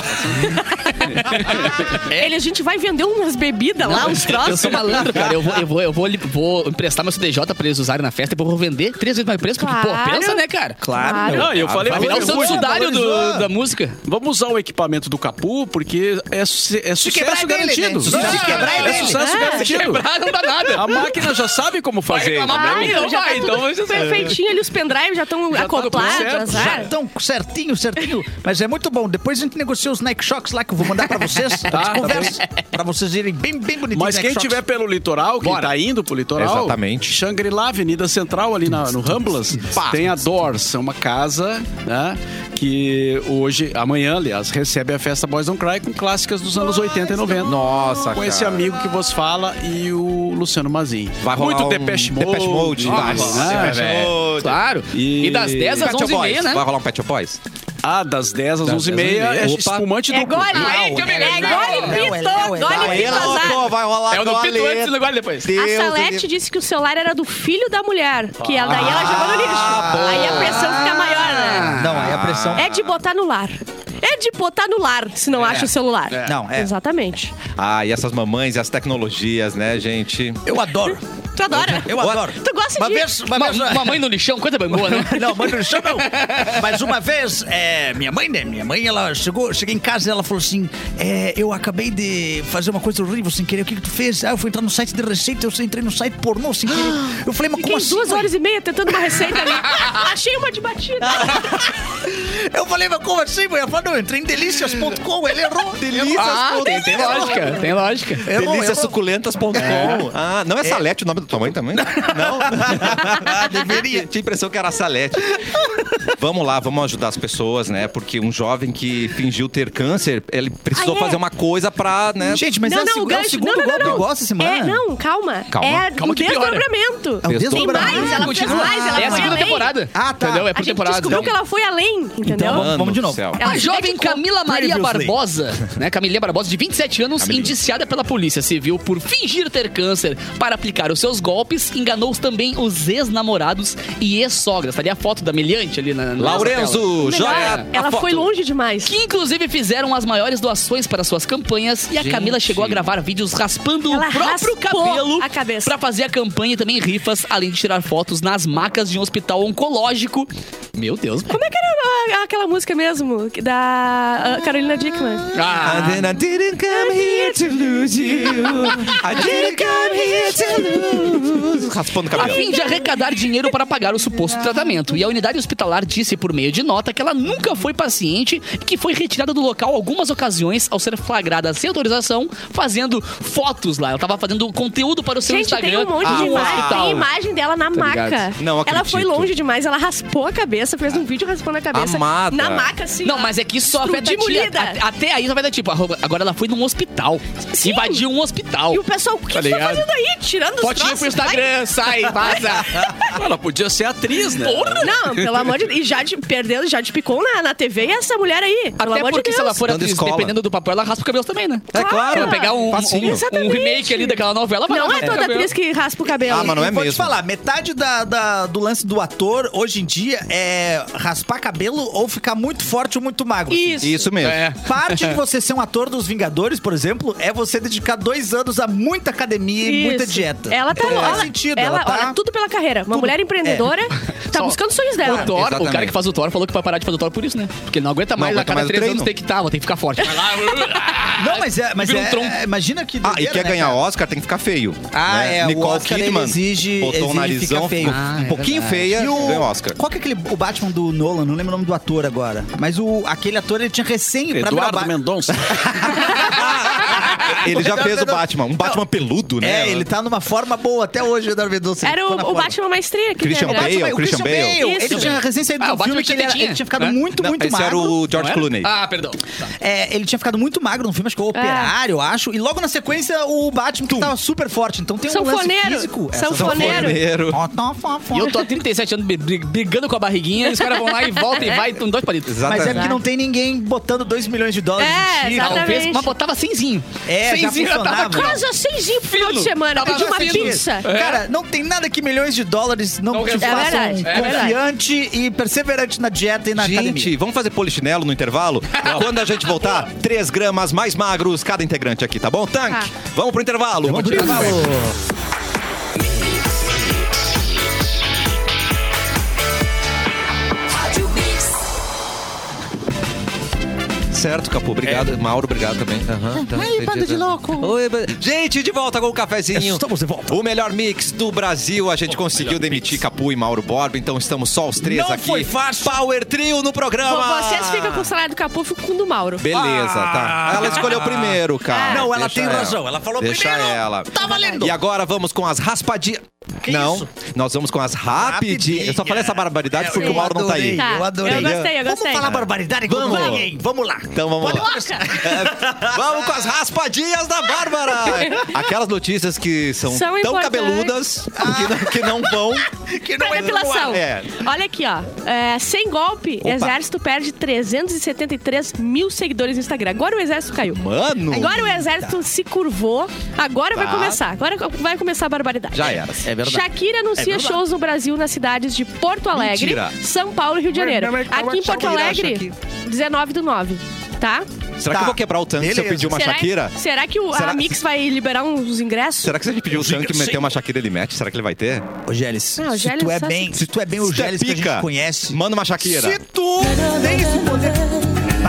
Speaker 3: É.
Speaker 4: Ele, a gente vai vender umas bebidas lá, uns
Speaker 2: Eu
Speaker 4: troços.
Speaker 2: sou malandro, cara. Eu vou, eu vou, eu vou, li- vou emprestar meu CDJ pra eles usarem na festa e depois eu vou vender três vezes mais preço, porque, pô,
Speaker 4: Claro.
Speaker 2: pensa, né, cara?
Speaker 5: Claro.
Speaker 6: Não, eu falei,
Speaker 2: Ah, Vai virar o Santo Sudário do- da música.
Speaker 6: Vamos usar o equipamento do Capu, porque é, su- é
Speaker 5: quebrar
Speaker 6: sucesso
Speaker 5: é dele,
Speaker 6: garantido.
Speaker 5: né? Se quebrar é
Speaker 6: é
Speaker 5: dele.
Speaker 6: sucesso garantido.
Speaker 2: Quebrar não dá nada.
Speaker 6: A máquina já sabe como fazer.
Speaker 2: reclamar pra
Speaker 6: entendeu?
Speaker 2: mim,
Speaker 4: então
Speaker 2: Então
Speaker 4: já
Speaker 2: vai,
Speaker 4: tá
Speaker 2: então
Speaker 4: tudo
Speaker 2: vai-
Speaker 4: perfeitinho ali, os pendrives já estão
Speaker 6: tá tudo certo,
Speaker 4: acoplados. é.
Speaker 9: tá
Speaker 4: azar.
Speaker 5: Já tão certinho, certinho. Mas é muito bom. Depois a gente negocia os Nike Shocks lá que eu vou mandar pra vocês. A gente conversa. Pra vocês irem bem, bem bonitinho.
Speaker 6: Mas quem tiver pelo litoral, quem
Speaker 2: Bora.
Speaker 6: tá indo pro litoral,
Speaker 3: Exatamente.
Speaker 6: Shangri-La, Avenida Central, ali na- no Ramblas, tem a Doors, é uma casa, né? Que hoje, amanhã, aliás, recebe a festa Boys Don't Cry com clássicas dos anos 80 e 90.
Speaker 3: Nossa,
Speaker 6: Com esse
Speaker 3: cara.
Speaker 6: amigo que vos fala e o Luciano Mazin.
Speaker 3: Vai rolar
Speaker 6: Muito
Speaker 3: um
Speaker 6: Depeche Mode.
Speaker 3: Depeche Mode. Vai, É, um
Speaker 6: né?
Speaker 3: Depeche Mode.
Speaker 2: Claro. E,
Speaker 6: E-
Speaker 2: das 10
Speaker 3: Pet
Speaker 2: às
Speaker 3: Shop
Speaker 2: 11 e meia,
Speaker 3: Boys.
Speaker 2: né?
Speaker 3: Vai rolar um Pet Shop Boys?
Speaker 6: Ah, das 10 às 11h30
Speaker 2: às
Speaker 6: é
Speaker 2: 11h30.
Speaker 6: espumante
Speaker 4: É
Speaker 6: duplo.
Speaker 4: gole,
Speaker 2: Não,
Speaker 4: é
Speaker 2: é
Speaker 5: legal.
Speaker 4: gole
Speaker 5: Não, é
Speaker 4: pito,
Speaker 5: legal.
Speaker 4: gole pito
Speaker 3: Ela,
Speaker 4: azar.
Speaker 3: pô, vai rolar
Speaker 2: É o do
Speaker 3: gole.
Speaker 2: Pito antes e agora depois.
Speaker 4: A
Speaker 3: Deus do
Speaker 4: Salete
Speaker 3: livro.
Speaker 4: disse que o celular era do filho da mulher, que ela, daí ela jogou no lixo. aí a pressão fica maior, né?
Speaker 5: Não, aí a pressão.
Speaker 4: É de botar no lar. É de botar no lar, se não acha o celular.
Speaker 5: Não, é.
Speaker 4: Exatamente.
Speaker 3: Ah, e essas mamães e as tecnologias, né, gente?
Speaker 5: Eu adoro.
Speaker 4: Tu adora?
Speaker 5: Eu adoro.
Speaker 4: Tu gosta
Speaker 5: Uma
Speaker 4: de...
Speaker 5: vez, uma
Speaker 2: Ma-
Speaker 5: vez.
Speaker 2: Mamãe no lixão, coisa bem boa, né?
Speaker 5: <laughs> Não,
Speaker 9: <laughs>
Speaker 5: mãe não chama, não. Mas uma vez, é, minha mãe, né? Minha mãe, ela chegou, cheguei em casa e ela falou assim: é, Eu acabei de fazer uma coisa horrível sem querer. O que, que tu fez? Ah, eu fui entrar no site de receita, eu entrei no site pornô sem querer.
Speaker 3: <gasps>
Speaker 5: Eu falei, mas
Speaker 4: Fiquei
Speaker 5: como assim?
Speaker 4: duas
Speaker 5: mãe?"
Speaker 4: horas e meia tentando uma receita
Speaker 5: <laughs>
Speaker 4: ali. Achei uma de batida.
Speaker 5: Ah, Eu falei, mas como assim, mãe? Ela falou, não, eu entrei em delícias.com,
Speaker 3: <laughs>
Speaker 5: ele errou. Delícias.
Speaker 2: Ah, tem, tem lógica, tem lógica.
Speaker 5: Errou, errou.
Speaker 3: Deliciasuculentas.com. Ah, não é, Salete o nome da tua mãe
Speaker 9: <laughs>
Speaker 3: também? Não? Deveria. Tinha a impressão que era Salete. vamos lá, vamos ajudar as pessoas, né? Porque um jovem que fingiu ter câncer, ele precisou
Speaker 4: Ah, é?
Speaker 3: fazer uma coisa pra, né?
Speaker 5: Gente, mas é, o seg- é o segundo golpe do negócio essa semana.
Speaker 4: É, não, calma.
Speaker 3: Calma,
Speaker 4: é
Speaker 2: calma
Speaker 4: um
Speaker 2: que piora.
Speaker 4: desdobramento.
Speaker 5: É o
Speaker 3: Tem
Speaker 5: desdobramento.
Speaker 4: mais, ela fez mais, ela
Speaker 2: é a
Speaker 4: foi
Speaker 2: segunda
Speaker 4: além.
Speaker 2: temporada.
Speaker 5: Ah, tá.
Speaker 2: Entendeu? É
Speaker 4: A
Speaker 2: por
Speaker 4: gente
Speaker 2: temporada. Então,
Speaker 4: descobriu que ela foi além, entendeu?
Speaker 5: Vamos- vamos de
Speaker 3: Mano
Speaker 5: novo.
Speaker 3: do céu.
Speaker 4: Ela
Speaker 2: A
Speaker 4: se
Speaker 2: jovem
Speaker 4: dedicou.
Speaker 2: Camila Maria
Speaker 5: Previously.
Speaker 2: Barbosa, né? Camila Barbosa, de 27 anos,
Speaker 3: Camilinha.
Speaker 2: indiciada pela polícia civil por fingir ter câncer para aplicar os seus golpes, enganou também os ex-namorados e ex-sogras. Tá ali a foto da meliante ali na. na nossa
Speaker 3: Laurenzo,
Speaker 2: tela.
Speaker 3: joga a
Speaker 4: é, Ela
Speaker 3: foto.
Speaker 4: foi longe demais.
Speaker 2: Que inclusive fizeram as maiores doações para suas campanhas e a
Speaker 10: Gente.
Speaker 2: Camila chegou a gravar vídeos raspando
Speaker 4: Ela
Speaker 2: o próprio
Speaker 4: raspou
Speaker 2: cabelo
Speaker 4: a cabeça.
Speaker 2: para fazer a campanha e também rifas, além de tirar fotos nas macas de um hospital oncológico. Meu Deus.
Speaker 4: Como é que era a- aquela música mesmo? que- Da ah, Carolina Dickman.
Speaker 2: Ah,
Speaker 3: And then I <laughs> didn't come here to lose you. I didn't come here to lose raspando o
Speaker 2: a
Speaker 3: cabelo.
Speaker 2: fim de arrecadar dinheiro para pagar o suposto tratamento. E a unidade hospitalar disse por meio de nota que ela nunca foi paciente e que foi retirada do local algumas ocasiões ao ser flagrada sem autorização, fazendo fotos lá. Ela tava fazendo conteúdo para o seu
Speaker 4: Gente, tem
Speaker 2: Instagram.
Speaker 4: um monte de
Speaker 2: no
Speaker 4: imagem.
Speaker 2: hospital. Tá
Speaker 4: Tem imagem dela na maca.
Speaker 2: ligado?
Speaker 3: Não
Speaker 4: ela foi
Speaker 3: acredito.
Speaker 4: longe demais, ela raspou a cabeça, fez um vídeo raspando a cabeça.
Speaker 3: Amada.
Speaker 4: Na maca, assim.
Speaker 2: Não,
Speaker 4: ó.
Speaker 2: mas é que isso só afeta a tia.
Speaker 4: Demolida.
Speaker 2: A- Até aí só afeta a tia. Tipo, Arroba- Agora ela foi num hospital.
Speaker 4: Sim.
Speaker 2: Invadiu um hospital.
Speaker 4: E o pessoal, o que
Speaker 6: Tá
Speaker 4: você tá
Speaker 6: ligado?
Speaker 4: fazendo aí? Tirando os
Speaker 2: Fotinho
Speaker 4: troços?
Speaker 2: pro Instagram, sai, vaza.
Speaker 6: <laughs> Ela podia ser atriz, né?
Speaker 4: Vai. Não, pelo amor de Deus. E já de, perdeu, já de picou na, na TV e essa mulher aí. Pelo
Speaker 2: Até
Speaker 4: amor de
Speaker 2: porque
Speaker 4: Deus.
Speaker 2: se ela for
Speaker 3: Dando
Speaker 2: atriz,
Speaker 3: escola.
Speaker 2: dependendo do papel, ela raspa o cabelo também, né?
Speaker 3: É
Speaker 2: Se
Speaker 3: claro.
Speaker 2: ela pegar um, um-
Speaker 3: Facinho.
Speaker 2: um, remake ali daquela novela, vai
Speaker 4: Não
Speaker 2: lá,
Speaker 4: é
Speaker 2: raspa o
Speaker 4: toda
Speaker 2: cabelo.
Speaker 4: atriz que raspa o cabelo.
Speaker 3: Ah, mas não é
Speaker 9: Eu Vou te
Speaker 3: mesmo.
Speaker 9: falar, metade da- da- do lance do ator hoje em dia é raspar cabelo ou ficar muito forte ou muito magro.
Speaker 4: Isso.
Speaker 3: Isso mesmo.
Speaker 6: É.
Speaker 9: Parte de você ser um ator dos Vingadores, por exemplo, é você dedicar dois anos a muita academia e
Speaker 4: Isso.
Speaker 9: muita dieta.
Speaker 4: Ela tá.
Speaker 9: Então,
Speaker 4: ela,
Speaker 9: faz sentido.
Speaker 4: Ela,
Speaker 9: Ela, tá...
Speaker 4: olha tudo pela carreira. Uma
Speaker 9: Tudo.
Speaker 4: mulher empreendedora tá
Speaker 2: Só-
Speaker 4: buscando os sonhos
Speaker 2: O
Speaker 4: dela.
Speaker 2: Thor, o cara
Speaker 3: Exatamente.
Speaker 2: que faz o Thor falou que vai parar de fazer o Thor por isso, né? Porque ele não aguenta mais,
Speaker 3: Não
Speaker 2: a
Speaker 3: aguenta
Speaker 2: cada
Speaker 3: mais o
Speaker 2: três
Speaker 3: treino.
Speaker 2: anos tem que estar, vou ter que ficar forte. é? Vai lá,
Speaker 9: Não, mas é. Mas
Speaker 2: Vira um
Speaker 9: é-
Speaker 2: tronco.
Speaker 9: é- imagina que.
Speaker 3: Ah, e
Speaker 9: doideira,
Speaker 3: quer
Speaker 9: né,
Speaker 3: ganhar
Speaker 9: cara?
Speaker 3: Oscar tem que ficar feio.
Speaker 9: Ah,
Speaker 3: né?
Speaker 9: é, o
Speaker 3: Nicole
Speaker 9: Oscar, ele
Speaker 3: Kidman
Speaker 9: exige-
Speaker 3: botou
Speaker 9: exige
Speaker 3: o narizão,
Speaker 9: ficar feio.
Speaker 3: ficou
Speaker 2: Ah, é
Speaker 3: um pouquinho
Speaker 2: verdade.
Speaker 3: feia,
Speaker 9: E o-
Speaker 3: ganhou Oscar.
Speaker 9: Qual que é aquele o Batman do Nolan? Não lembro o nome do ator agora. Mas o, aquele ator ele tinha recém pra virar
Speaker 6: Eduardo
Speaker 9: Ba-
Speaker 6: Mendonça.
Speaker 3: Ele já
Speaker 9: Não,
Speaker 3: fez
Speaker 9: Ah, não,
Speaker 3: o
Speaker 9: não.
Speaker 3: Batman, um Batman peludo, né?
Speaker 9: É, ele tá numa forma boa até hoje, o Eduardo Mendonça.
Speaker 4: Era
Speaker 9: Tá na
Speaker 4: o, o
Speaker 9: forma.
Speaker 4: Batman maestria que
Speaker 3: Christian
Speaker 4: teve, né?
Speaker 3: Bale.
Speaker 9: Batman,
Speaker 3: o Christian Bale.
Speaker 9: Ele
Speaker 4: Isso.
Speaker 9: tinha recém saído
Speaker 2: Ah,
Speaker 9: do
Speaker 2: o Batman
Speaker 9: filme que ele, era-
Speaker 2: tinha,
Speaker 9: ele tinha ficado
Speaker 2: né?
Speaker 9: muito,
Speaker 3: Não,
Speaker 9: muito
Speaker 3: esse era
Speaker 9: magro.
Speaker 3: o George
Speaker 2: Não era?
Speaker 3: Clooney.
Speaker 2: Ah, perdão.
Speaker 9: É, ele tinha ficado muito magro no filme, acho que é o Operário, eu acho. E logo na sequência, o Batman, que tava super forte. Então tem um lance
Speaker 4: Sanfoneiro.
Speaker 9: físico.
Speaker 4: Sanfoneiro.
Speaker 3: Maneiro.
Speaker 2: E eu tô há 37 anos bri- bri- brigando com a barriguinha, e os caras vão lá e voltam e vai, com dois palitos.
Speaker 9: Mas é
Speaker 3: Exatamente.
Speaker 9: porque não tem ninguém botando 2 milhões de dólares
Speaker 4: É,
Speaker 9: em ti.
Speaker 4: exatamente.
Speaker 2: Talvez, mas botava senzinho.
Speaker 9: É, já
Speaker 2: senzinho, eu tava
Speaker 9: funcionava.
Speaker 2: quase
Speaker 4: Casa seisinho pro final de
Speaker 2: Fino.
Speaker 4: semana.
Speaker 2: Tava
Speaker 4: Pedi uma
Speaker 2: fino.
Speaker 4: pizza.
Speaker 3: É.
Speaker 9: Cara, não tem nada que milhões de dólares não,
Speaker 2: Não
Speaker 9: te
Speaker 2: resolve.
Speaker 9: façam
Speaker 4: É verdade, é
Speaker 9: confiante e perseverante na dieta e na
Speaker 3: Gente,
Speaker 9: academia.
Speaker 3: vamos fazer polichinelo no
Speaker 9: <laughs>
Speaker 3: intervalo? Quando a gente voltar, 3 gramas mais magros cada integrante aqui, tá bom? Tanque, vamos pro intervalo.
Speaker 9: Vamos pro intervalo.
Speaker 3: Certo, Capu. Obrigado. Mauro, obrigado também. Aham, tá, entendi. Oi, ba- Gente, de volta com o cafezinho.
Speaker 9: Estamos de volta.
Speaker 3: O melhor mix do Brasil. A gente conseguiu demitir Capu e Mauro Borba, então estamos só os três
Speaker 9: Não
Speaker 3: aqui.
Speaker 9: foi fácil.
Speaker 3: Power Trio no programa.
Speaker 4: Vocês ficam com o salário do capô, eu fico com o do Mauro.
Speaker 3: Beleza, tá.
Speaker 9: Ah.
Speaker 3: Ela escolheu primeiro, cara.
Speaker 9: Não, ela
Speaker 3: Ah, Deixa
Speaker 9: tem razão. Ela falou
Speaker 3: Deixa
Speaker 9: primeiro.
Speaker 3: ela.
Speaker 9: Tá valendo.
Speaker 3: E agora vamos com as raspadinhas.
Speaker 9: Que
Speaker 3: Não,
Speaker 9: isso?
Speaker 3: nós vamos com as rapidinhas. Eu só falei essa barbaridade
Speaker 9: É,
Speaker 3: porque
Speaker 9: eu
Speaker 3: o Mauro não tá aí.
Speaker 9: adorei.
Speaker 4: Tá,
Speaker 9: Eu adorei.
Speaker 4: eu gostei, eu
Speaker 9: Vamos
Speaker 4: gostei.
Speaker 9: falar barbaridade com
Speaker 3: Vamos.
Speaker 9: ninguém. Vamos lá.
Speaker 3: Então vamos lá.
Speaker 4: Coloca.
Speaker 3: É, <laughs> vamos com as raspadinhas da
Speaker 4: <laughs>
Speaker 3: Bárbara. Aquelas notícias que são,
Speaker 4: São
Speaker 3: tão
Speaker 4: importantes.
Speaker 3: cabeludas que, não, que não vão.
Speaker 9: <laughs> Que não
Speaker 4: Pra
Speaker 9: é
Speaker 4: depilação.
Speaker 3: É.
Speaker 4: Olha aqui, ó. É, sem golpe, exército perde 373 mil seguidores no Instagram. Agora o exército caiu.
Speaker 3: Mano.
Speaker 4: Agora o exército se curvou. Agora vai
Speaker 3: Tá.
Speaker 4: começar. Agora vai começar a barbaridade.
Speaker 3: Já era.
Speaker 9: É
Speaker 4: Shakira anuncia shows no Brasil nas cidades de Porto Alegre,
Speaker 3: Mentira.
Speaker 4: São Paulo e Rio de Janeiro. Aqui em Porto Alegre, 19 do 9, tá?
Speaker 3: Será que
Speaker 9: Tá.
Speaker 3: eu vou quebrar o tanque se eu
Speaker 9: Beleza.
Speaker 3: pedir uma
Speaker 4: será,
Speaker 3: Shakira?
Speaker 4: será que o,
Speaker 3: Será-
Speaker 4: a Mix vai liberar uns ingressos?
Speaker 3: Será que se a gente pedir o tanque e meter uma Shakira, ele mete? Será que ele vai ter?
Speaker 9: Ô, Gélis,
Speaker 4: Não, o
Speaker 9: se
Speaker 4: Gélis
Speaker 9: tu é
Speaker 4: só
Speaker 9: bem, se tu é bem o
Speaker 3: Se tu é
Speaker 9: Gélis que a
Speaker 3: pica,
Speaker 9: gente conhece,
Speaker 3: Manda uma Shakira.
Speaker 9: se tu tem esse poder...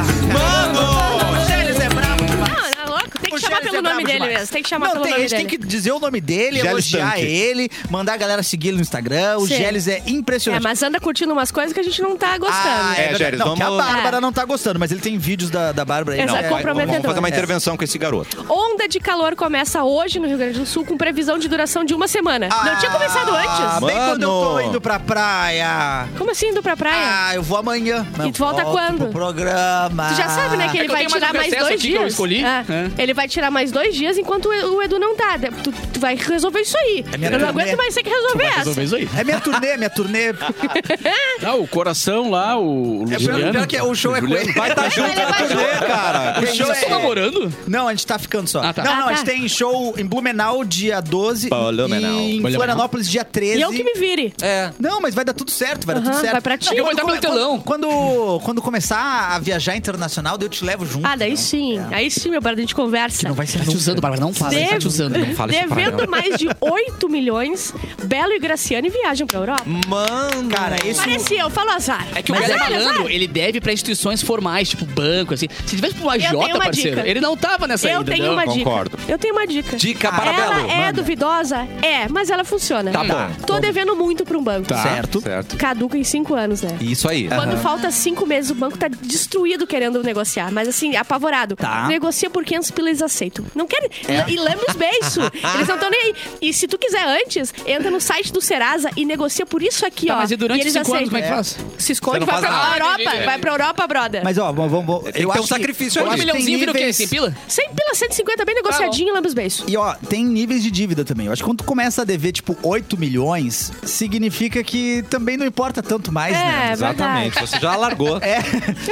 Speaker 9: Mano! O Gélis é brabo demais.
Speaker 4: Não, não, louco. Tem que
Speaker 9: O
Speaker 4: chamar
Speaker 9: Gélis
Speaker 4: pelo
Speaker 3: tá
Speaker 9: é
Speaker 4: nome
Speaker 9: brabo
Speaker 4: dele
Speaker 9: demais.
Speaker 4: mesmo. Tem que chamar
Speaker 9: Não,
Speaker 4: pelo
Speaker 9: tem,
Speaker 4: nome
Speaker 9: a gente
Speaker 4: dele.
Speaker 9: tem que dizer o nome dele,
Speaker 3: Gélis
Speaker 9: elogiar
Speaker 3: Tanque.
Speaker 9: ele, mandar a galera seguir ele no Instagram. O
Speaker 4: Sim.
Speaker 9: Gélis é
Speaker 4: É,
Speaker 9: impressionante.
Speaker 4: mas anda curtindo umas coisas que a gente não tá gostando. É.
Speaker 9: Ah,
Speaker 3: É,
Speaker 9: verdade.
Speaker 3: Gélis,
Speaker 9: não, que
Speaker 3: vamos-
Speaker 9: a Bárbara não tá gostando, mas ele tem vídeos da, da Bárbara aí.
Speaker 4: Essa
Speaker 9: Não,
Speaker 4: é
Speaker 9: é,
Speaker 3: Vai,
Speaker 4: comprometedora.
Speaker 3: Vamos fazer uma
Speaker 4: É.
Speaker 3: intervenção com esse garoto.
Speaker 4: Onda de calor começa hoje no Rio Grande do Sul com previsão de duração de uma semana. Não tinha começado
Speaker 9: Ah,
Speaker 4: antes?
Speaker 9: bem quando eu tô
Speaker 3: Mano.
Speaker 9: indo pra praia.
Speaker 4: Como assim indo pra praia?
Speaker 9: Ah, eu vou amanhã. Não,
Speaker 4: tu volta
Speaker 9: volto
Speaker 4: quando?
Speaker 9: Pro programa.
Speaker 4: Tu já sabe, né, que
Speaker 2: É
Speaker 4: ele
Speaker 2: que eu
Speaker 4: vai
Speaker 2: tenho mais
Speaker 4: tirar
Speaker 2: um
Speaker 4: mais
Speaker 2: recesso
Speaker 4: dois
Speaker 2: aqui que
Speaker 4: dias.
Speaker 2: eu escolhi. né?
Speaker 4: É. Ele vai tirar mais dois dias enquanto o Edu não tá. Tu, tu vai resolver isso aí.
Speaker 9: É minha
Speaker 4: eu não
Speaker 9: turnê.
Speaker 4: aguento mais ter que resolver essa.
Speaker 2: Resolveu isso aí.
Speaker 9: É minha turnê, minha turnê.
Speaker 4: <laughs>
Speaker 9: É
Speaker 6: Ah, o coração lá, o Luciano.
Speaker 9: pior, pior que o show é com ele.
Speaker 3: Vai estar junto na turnê, cara. tá
Speaker 9: O show
Speaker 2: Vocês estão
Speaker 9: é...
Speaker 2: namorando?
Speaker 9: Não, a gente tá ficando só.
Speaker 2: Ah, tá.
Speaker 9: Não,
Speaker 4: Ah,
Speaker 9: não, a gente
Speaker 4: tá.
Speaker 9: tem show em Blumenau dia 12
Speaker 3: Blumenau.
Speaker 9: e em
Speaker 2: Blumenau.
Speaker 9: Florianópolis dia 13.
Speaker 4: E eu que me vire.
Speaker 9: Não, mas vai dar tudo certo, vai dar É, tudo
Speaker 4: Aham,
Speaker 9: certo.
Speaker 4: vai pra ti. Não, eu
Speaker 2: vou
Speaker 9: Quando
Speaker 2: dar pelo
Speaker 9: come-
Speaker 2: telão.
Speaker 9: Quando, quando, quando começar a viajar internacional, daí eu te levo junto.
Speaker 4: Ah, daí
Speaker 9: entendeu?
Speaker 4: sim. Aí sim, meu brother, a gente conversa.
Speaker 9: É. Não vai ser
Speaker 2: Tá te
Speaker 9: nunca.
Speaker 2: usando, Bárbara, não fala, ele tá te usando.
Speaker 4: Dev-
Speaker 3: fala isso pra
Speaker 4: Devendo
Speaker 3: ela.
Speaker 4: mais de 8 milhões, Belo e Graciane viajam pra Europa.
Speaker 3: Hum. Mano.
Speaker 9: Cara, É esse...
Speaker 4: Parecia, eu falo azar.
Speaker 2: É que o
Speaker 4: Mas
Speaker 2: Belo é
Speaker 4: olha,
Speaker 2: malandro,
Speaker 4: azar.
Speaker 2: ele deve pra instituições formais, tipo banco, assim. Se tivesse pra uma
Speaker 4: tenho
Speaker 2: Jota,
Speaker 4: uma
Speaker 2: parceiro,
Speaker 4: dica.
Speaker 2: ele não tava nessa
Speaker 4: Eu
Speaker 2: ainda,
Speaker 4: tenho
Speaker 2: não.
Speaker 4: uma
Speaker 3: concordo.
Speaker 4: dica. Eu tenho uma dica.
Speaker 3: Dica para
Speaker 4: ela
Speaker 3: Belo,
Speaker 4: é
Speaker 3: manda.
Speaker 4: duvidosa? É, mas ela funciona.
Speaker 3: Tá bom.
Speaker 4: Tô devendo muito pra um banco.
Speaker 5: Certo.
Speaker 3: Certo.
Speaker 4: Caduca em cinco anos, né?
Speaker 3: Isso aí.
Speaker 4: Quando falta cinco meses, o banco tá destruído querendo negociar. Mas assim, apavorado.
Speaker 5: Tá.
Speaker 4: Negocia por 500 pila, eles aceitam. Não querem.
Speaker 2: É.
Speaker 4: E lembra os beiços. eles não estão nem aí. E se tu quiser antes, entra no site do Serasa e negocia por isso aqui,
Speaker 2: Tá,
Speaker 4: ó.
Speaker 2: mas e durante
Speaker 4: e eles
Speaker 2: cinco anos,
Speaker 4: aceitam.
Speaker 2: como é que faz?
Speaker 4: Se
Speaker 3: Você
Speaker 4: esconde
Speaker 3: não
Speaker 4: vai
Speaker 3: faz
Speaker 4: pra
Speaker 3: nada. É.
Speaker 4: Europa. Vai pra Europa, brother.
Speaker 9: Mas ó, vamos. vamos eu
Speaker 3: que ter
Speaker 9: acho
Speaker 3: um sacrifício
Speaker 9: eu
Speaker 3: ali.
Speaker 2: Um
Speaker 9: acho que tem
Speaker 2: milhãozinho virou o quê?
Speaker 9: níveis-
Speaker 2: 100 pila?
Speaker 4: 100 pila, 150, bem negociadinho, lembra os beiços.
Speaker 9: E ó, tem níveis de dívida também. Eu acho que quando tu começa a dever, tipo, 8 milhões, significa que também não importa tanto mais, né?
Speaker 4: É,
Speaker 3: Exatamente. Você já largou.
Speaker 9: É.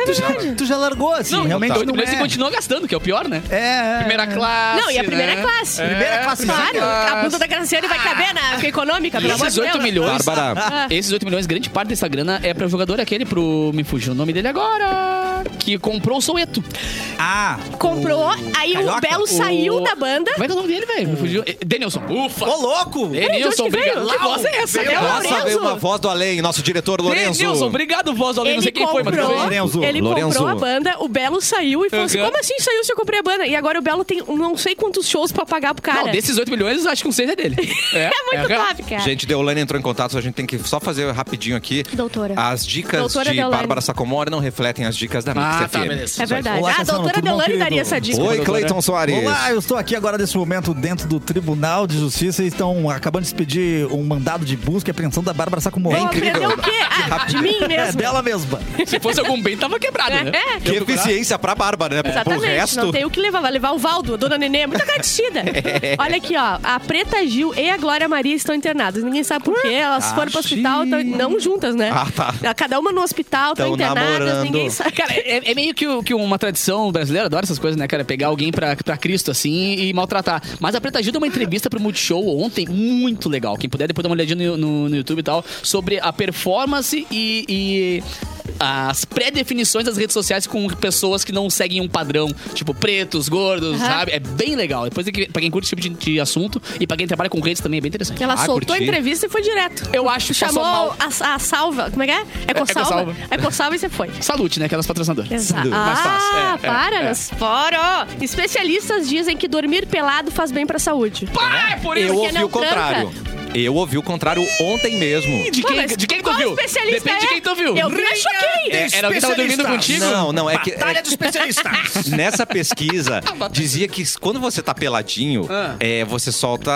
Speaker 9: tu, já, tu já largou, assim. realmente
Speaker 3: tá.
Speaker 9: não
Speaker 2: então, Mas
Speaker 9: é.
Speaker 2: você continua gastando, que é o pior, né?
Speaker 9: É.
Speaker 2: Primeira classe.
Speaker 4: Não, e a
Speaker 3: Assim,
Speaker 4: primeira
Speaker 2: né?
Speaker 4: classe.
Speaker 3: É.
Speaker 9: Primeira classe.
Speaker 4: Claro, a bunda da Graciane vai caber na
Speaker 3: Ah.
Speaker 4: econômica,
Speaker 2: E
Speaker 4: pelo amor
Speaker 2: esses
Speaker 4: de
Speaker 2: 8
Speaker 4: Deus.
Speaker 2: milhões. Ah.
Speaker 3: Bárbara.
Speaker 2: Esses 8 milhões, grande parte dessa grana é para o jogador aquele, pro. Me fugiu o nome dele agora. Que comprou o Soueto.
Speaker 9: Ah.
Speaker 4: Comprou, aí o
Speaker 9: Carioca?
Speaker 4: Belo saiu
Speaker 2: O-
Speaker 4: da banda.
Speaker 2: Como é que é o nome dele, velho? Me fugiu. Eh, Denilson. Ufa!
Speaker 9: É. Ô, louco!
Speaker 2: Denilson,
Speaker 4: onde que veio?
Speaker 2: obrigado.
Speaker 4: Que
Speaker 2: Lau.
Speaker 4: voz é essa?
Speaker 2: Veio
Speaker 4: É o
Speaker 2: Lau.
Speaker 3: Nossa, veio uma voz do além, nosso diretor Lourenço.
Speaker 2: Denilson, obrigado, voz do Além. Não
Speaker 4: Ele
Speaker 2: sei quem foi, mas
Speaker 4: comprou,
Speaker 2: foi.
Speaker 9: Lorenzo,
Speaker 4: ele
Speaker 3: Lorenzo.
Speaker 4: comprou a banda, o Belo saiu e falou assim:
Speaker 2: Uhum.
Speaker 4: como assim saiu se eu comprei a banda? E agora o Belo tem não sei quantos shows pra pagar pro cara.
Speaker 2: Não, desses 8 milhões, acho que um 6
Speaker 4: <laughs>
Speaker 2: é dele.
Speaker 4: É muito
Speaker 2: real.
Speaker 4: top, cara.
Speaker 3: Gente, Deolane entrou em contato, a gente tem que só fazer rapidinho aqui.
Speaker 4: Doutora.
Speaker 3: As dicas
Speaker 4: Doutora
Speaker 3: de
Speaker 4: Deolane.
Speaker 3: Bárbara Sacomore não refletem as dicas da Mix
Speaker 2: Ah,
Speaker 3: FM.
Speaker 2: tá, beleza.
Speaker 4: é verdade.
Speaker 9: Olá,
Speaker 4: ah, a
Speaker 9: Cassiano,
Speaker 4: doutora
Speaker 9: tudo bom,
Speaker 4: Delane
Speaker 9: querido?
Speaker 4: daria essa dica.
Speaker 3: Oi,
Speaker 2: doutora.
Speaker 3: Cleiton Soares.
Speaker 5: então,
Speaker 9: Olá, eu estou aqui agora nesse momento dentro do Tribunal de Justiça e estão acabando de expedir um mandado de busca e apreensão da Bárbara Sacomori.
Speaker 5: é
Speaker 4: Vou aprender o quê? Ah, de mim
Speaker 9: É
Speaker 4: É mesmo.
Speaker 9: dela mesma.
Speaker 2: Se fosse algum bem, tava quebrado, né?
Speaker 4: É,
Speaker 3: Que eficiência pra Bárbara, né? Pro
Speaker 4: Exatamente,
Speaker 3: resto.
Speaker 4: não tem um o que levar. Vai levar o Valdo, a dona Nenê, é muito agradecida. Olha aqui, ó. A Preta Gil e a Glória Maria estão internadas. Ninguém sabe por quê. Elas foram pro hospital, tão- não juntas, né?
Speaker 3: Ah, tá.
Speaker 4: Cada uma no hospital, estão
Speaker 3: Tão
Speaker 4: internadas,
Speaker 3: namorando.
Speaker 4: ninguém sabe.
Speaker 2: Cara, é, é meio que, o- que uma tradição brasileira, adora essas coisas, né, cara? Pegar alguém pra, pra Cristo, assim, e maltratar. Mas a Preta Gil deu uma entrevista pro Multishow ontem, muito legal. Quem puder depois dar uma olhadinha no, no, no YouTube e tal, sobre a performance e... e As pré-definições das redes sociais com pessoas que não seguem um padrão, tipo pretos, gordos, sabe? É bem legal. Depois, é que- pra quem curte esse tipo de, de assunto e pra quem trabalha com redes também é bem interessante.
Speaker 4: Ela
Speaker 3: Ah,
Speaker 4: soltou
Speaker 3: curti.
Speaker 4: a entrevista e foi direto.
Speaker 2: Eu acho que
Speaker 4: Chamou
Speaker 2: passou mal.
Speaker 4: a, a salva. Como é que é? Ecosalva?
Speaker 2: Ecosalva.
Speaker 4: Ecosalva e você foi.
Speaker 2: Salute, né? Aquelas patrocinadoras.
Speaker 4: Exato.
Speaker 2: Mais fácil.
Speaker 4: Ah,
Speaker 2: É, é,
Speaker 4: para, nos fora. Especialistas dizem que dormir pelado faz bem pra saúde.
Speaker 2: Pá, é por
Speaker 3: Eu
Speaker 4: Porque
Speaker 3: ouvi
Speaker 4: não
Speaker 3: o contrário. Eu ouvi o contrário ontem mesmo.
Speaker 2: De
Speaker 4: Pô,
Speaker 2: quem,
Speaker 4: mas
Speaker 2: de quem tu
Speaker 4: qual
Speaker 2: viu?
Speaker 4: especialista
Speaker 2: Depende de
Speaker 4: é?
Speaker 2: quem tu viu.
Speaker 4: Eu me choquei.
Speaker 2: É, era alguém que tava dormindo contigo?
Speaker 3: Não, não, é que. é
Speaker 5: Batalha dos
Speaker 3: <laughs>
Speaker 5: especialistas.
Speaker 3: Nessa pesquisa, dizia que quando você tá peladinho,
Speaker 2: Ah.
Speaker 3: é, você solta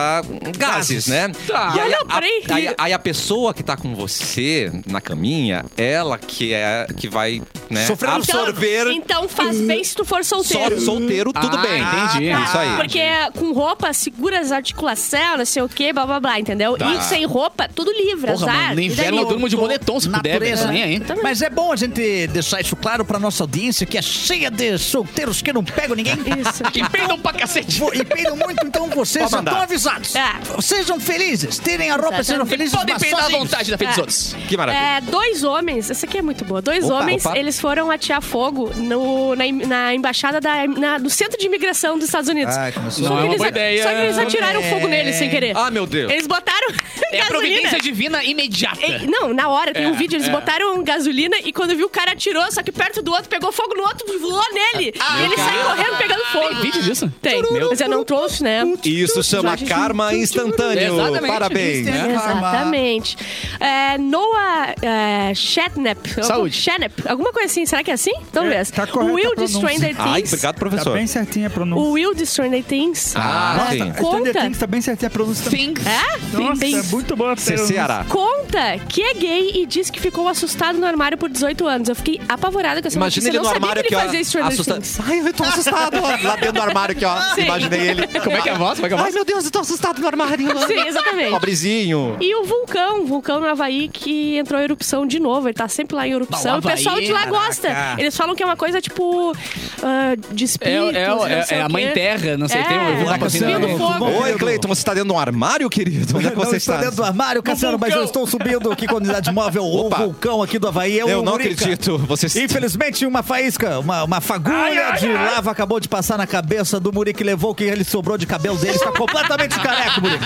Speaker 3: gases,
Speaker 5: Gases.
Speaker 3: né?
Speaker 2: Tá.
Speaker 3: E aí,
Speaker 4: Olha, peraí.
Speaker 3: a, aí, aí a pessoa que tá com você na caminha, ela que é que vai né,
Speaker 5: Sofrer o
Speaker 3: absorver
Speaker 4: Então faz bem se tu for solteiro.
Speaker 3: só solteiro, tudo
Speaker 2: Ah,
Speaker 3: bem.
Speaker 2: entendi.
Speaker 3: É Isso aí.
Speaker 4: Porque com roupa segura as articulações, não sei o que, blá blá blá, entendeu?
Speaker 3: Tá.
Speaker 4: E sem roupa, tudo é livre,
Speaker 2: Porra,
Speaker 4: azar.
Speaker 2: mano, no inverno eu
Speaker 4: Daniel.
Speaker 2: durmo de moletom, se puder.
Speaker 5: Natureza.
Speaker 2: velho. Nem aí.
Speaker 5: Mas é bom a gente deixar isso claro pra nossa audiência, que é cheia de solteiros que não pegam ninguém.
Speaker 2: <laughs>
Speaker 4: Isso.
Speaker 2: Que peidam pra cacete.
Speaker 5: Vo- E peidam muito, então vocês
Speaker 3: Pode
Speaker 5: já
Speaker 3: mandar.
Speaker 5: estão avisados.
Speaker 4: É.
Speaker 5: Sejam felizes, tirem a roupa, sejam
Speaker 2: E
Speaker 5: felizes,
Speaker 2: podem
Speaker 5: mas
Speaker 2: peidar à
Speaker 5: sozinhos.
Speaker 2: vontade da frente dos
Speaker 4: É.
Speaker 2: outros.
Speaker 3: Que maravilha.
Speaker 4: É, dois homens, essa aqui é muito boa. Dois
Speaker 3: Opa,
Speaker 4: homens,
Speaker 3: opa.
Speaker 4: eles foram atear fogo no- na, em- na embaixada da, na- do centro de imigração dos Estados Unidos.
Speaker 9: Ai, começou.
Speaker 4: Só
Speaker 2: Não
Speaker 4: que
Speaker 2: é uma
Speaker 4: eles
Speaker 2: boa
Speaker 4: a-
Speaker 2: ideia.
Speaker 4: Só que eles atiraram
Speaker 9: É.
Speaker 4: fogo nele sem querer.
Speaker 3: Ah, meu Deus.
Speaker 4: Eles botaram
Speaker 2: <laughs> É a providência
Speaker 4: gasolina.
Speaker 2: divina imediata.
Speaker 4: Ei, Não, na hora, tem
Speaker 2: É,
Speaker 4: um vídeo, eles
Speaker 2: é.
Speaker 4: botaram gasolina e quando viu o cara atirou, só que perto do outro, pegou fogo no outro, voou nele. e ele saiu correndo pegando fogo.
Speaker 2: Ah, Tem vídeo disso?
Speaker 4: Tem, mas eu não trouxe, né?
Speaker 3: Isso chama
Speaker 4: Jorge,
Speaker 3: karma instantâneo.
Speaker 2: Exatamente.
Speaker 3: Parabéns. né?
Speaker 9: Isso tem- Karma.
Speaker 4: Exatamente. É, Noah é, Shatnap.
Speaker 2: Saúde.
Speaker 4: Shatnap, alguma coisa assim. Será que é assim? Talvez.
Speaker 9: tá correta
Speaker 4: o Will
Speaker 9: a
Speaker 4: de
Speaker 9: pronúncia.
Speaker 4: Stranger
Speaker 3: Ai,
Speaker 4: Things.
Speaker 3: obrigado,
Speaker 9: Tá
Speaker 3: professor.
Speaker 9: bem certinha a pronúncia.
Speaker 4: o Will de Stranger Things.
Speaker 3: Ah,
Speaker 9: Nossa,
Speaker 3: sim.
Speaker 9: a Stranger
Speaker 4: Conta.
Speaker 9: Things tá bem certinha a pronúncia também.
Speaker 2: Things.
Speaker 4: É?
Speaker 9: Nossa, é
Speaker 4: Things.
Speaker 9: muito boa a
Speaker 3: Cê-
Speaker 9: pronúncia.
Speaker 3: Ceará.
Speaker 4: Conta que é gay e diz que ficou assustado no armário por 18 anos. Eu fiquei apavorada com essa
Speaker 3: Imagina
Speaker 4: notícia.
Speaker 3: ele
Speaker 4: eu
Speaker 3: no
Speaker 4: não sabia
Speaker 3: armário
Speaker 4: que ele
Speaker 3: aqui,
Speaker 4: fazia
Speaker 3: ó.
Speaker 4: Stranger
Speaker 3: assusta-
Speaker 4: Things.
Speaker 3: Ai, eu tô
Speaker 4: <laughs>
Speaker 3: assustado. ó, Lá dentro do armário aqui, ó.
Speaker 4: Sim.
Speaker 3: Imaginei ele.
Speaker 2: Como é que é a voz? Como é que é a voz?
Speaker 3: Ai, meu Deus, eu tô assustado no armário.
Speaker 4: Sim, exatamente.
Speaker 3: Pobrezinho.
Speaker 4: E o vulcão, o vulcão no Havaí que entrou em erupção de novo. Ele tá sempre lá em erupção.
Speaker 2: Não,
Speaker 4: e o pessoal
Speaker 2: Havaí,
Speaker 4: de lá
Speaker 5: caraca.
Speaker 4: gosta. Eles falam que é uma coisa tipo. ah, de
Speaker 2: É, é,
Speaker 4: espíritos, não
Speaker 2: é-
Speaker 4: sei
Speaker 2: é
Speaker 4: o
Speaker 2: a
Speaker 4: quê.
Speaker 2: mãe terra, não sei, tem um
Speaker 4: É,
Speaker 2: vulcão
Speaker 4: tá
Speaker 2: assim,
Speaker 4: cuspindo
Speaker 2: né?
Speaker 4: fogo.
Speaker 3: Oi, Cleiton, você tá dentro de um armário, querido? Onde é que
Speaker 9: Não
Speaker 3: você
Speaker 9: estou
Speaker 5: tá
Speaker 3: está?
Speaker 9: dentro do armário, Cassiano, mas eu estou subindo aqui com a unidade móvel, o
Speaker 3: <laughs> Opa.
Speaker 9: vulcão aqui do Havaí. É o
Speaker 3: Eu não
Speaker 9: Urica.
Speaker 3: acredito. Você
Speaker 9: Infelizmente, uma faísca, uma, uma fagulha de lava acabou de passar na cabeça do Murique, levou o que ele sobrou de cabelo dele. Está completamente careca, Murique.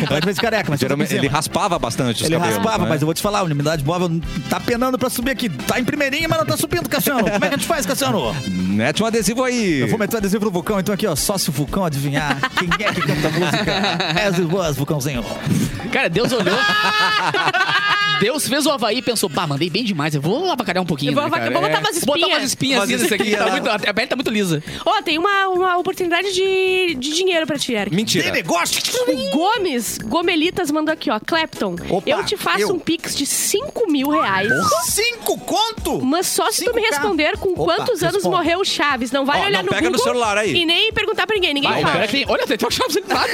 Speaker 9: completamente careca, mas
Speaker 3: Geralmente,
Speaker 9: tudo bem.
Speaker 3: ele raspava bastante os
Speaker 9: Ele
Speaker 3: cabelos.
Speaker 9: raspava,
Speaker 3: né?
Speaker 9: mas eu vou te falar, a unidade móvel tá penando pra subir aqui. Tá em primeirinho, minha mala tá subindo, Cassiano. Como é que a gente faz, Cassiano?
Speaker 3: Mete um adesivo aí.
Speaker 9: Eu vou meter o adesivo pro vulcão, então aqui, ó. Só se o vulcão adivinhar quem é que canta a música.
Speaker 3: <laughs>
Speaker 9: É as voz, vulcãozinho.
Speaker 2: Cara, Deus olhou. <laughs> Deus fez o Havaí e pensou, pá, mandei bem demais. Eu vou lavacalhar um pouquinho.
Speaker 4: Eu vou
Speaker 2: né,
Speaker 4: avaca-
Speaker 2: cara?
Speaker 4: vou botar
Speaker 2: É.
Speaker 4: umas
Speaker 2: Botar
Speaker 4: espinhas.
Speaker 2: umas espinhas
Speaker 3: Umas
Speaker 2: nisso aqui. Tá
Speaker 3: espinhas.
Speaker 2: muito, a pele tá muito lisa.
Speaker 4: Ó, tem uma, uma oportunidade de, de dinheiro pra ti, Eric.
Speaker 5: Tem
Speaker 3: Mentira.
Speaker 5: negócio?
Speaker 4: O Gomes, Gomelitas, mandou aqui, ó. Clapton,
Speaker 5: Opa,
Speaker 4: eu te faço
Speaker 5: eu.
Speaker 4: um pix de 5 mil reais.
Speaker 5: Cinco conto?
Speaker 4: Mas só se tu me
Speaker 9: 5K.
Speaker 4: responder com
Speaker 9: Opa,
Speaker 4: quantos anos
Speaker 9: responde.
Speaker 4: morreu o Chaves. Não vale
Speaker 3: Ó,
Speaker 4: olhar
Speaker 3: não
Speaker 4: no
Speaker 3: pega no
Speaker 4: Google
Speaker 3: celular aí.
Speaker 4: E nem perguntar pra ninguém. Ninguém
Speaker 2: Vai,
Speaker 4: fala.
Speaker 2: pera Ah, que tem- Olha, tem até o Chaves ali
Speaker 4: <laughs>
Speaker 2: do lado.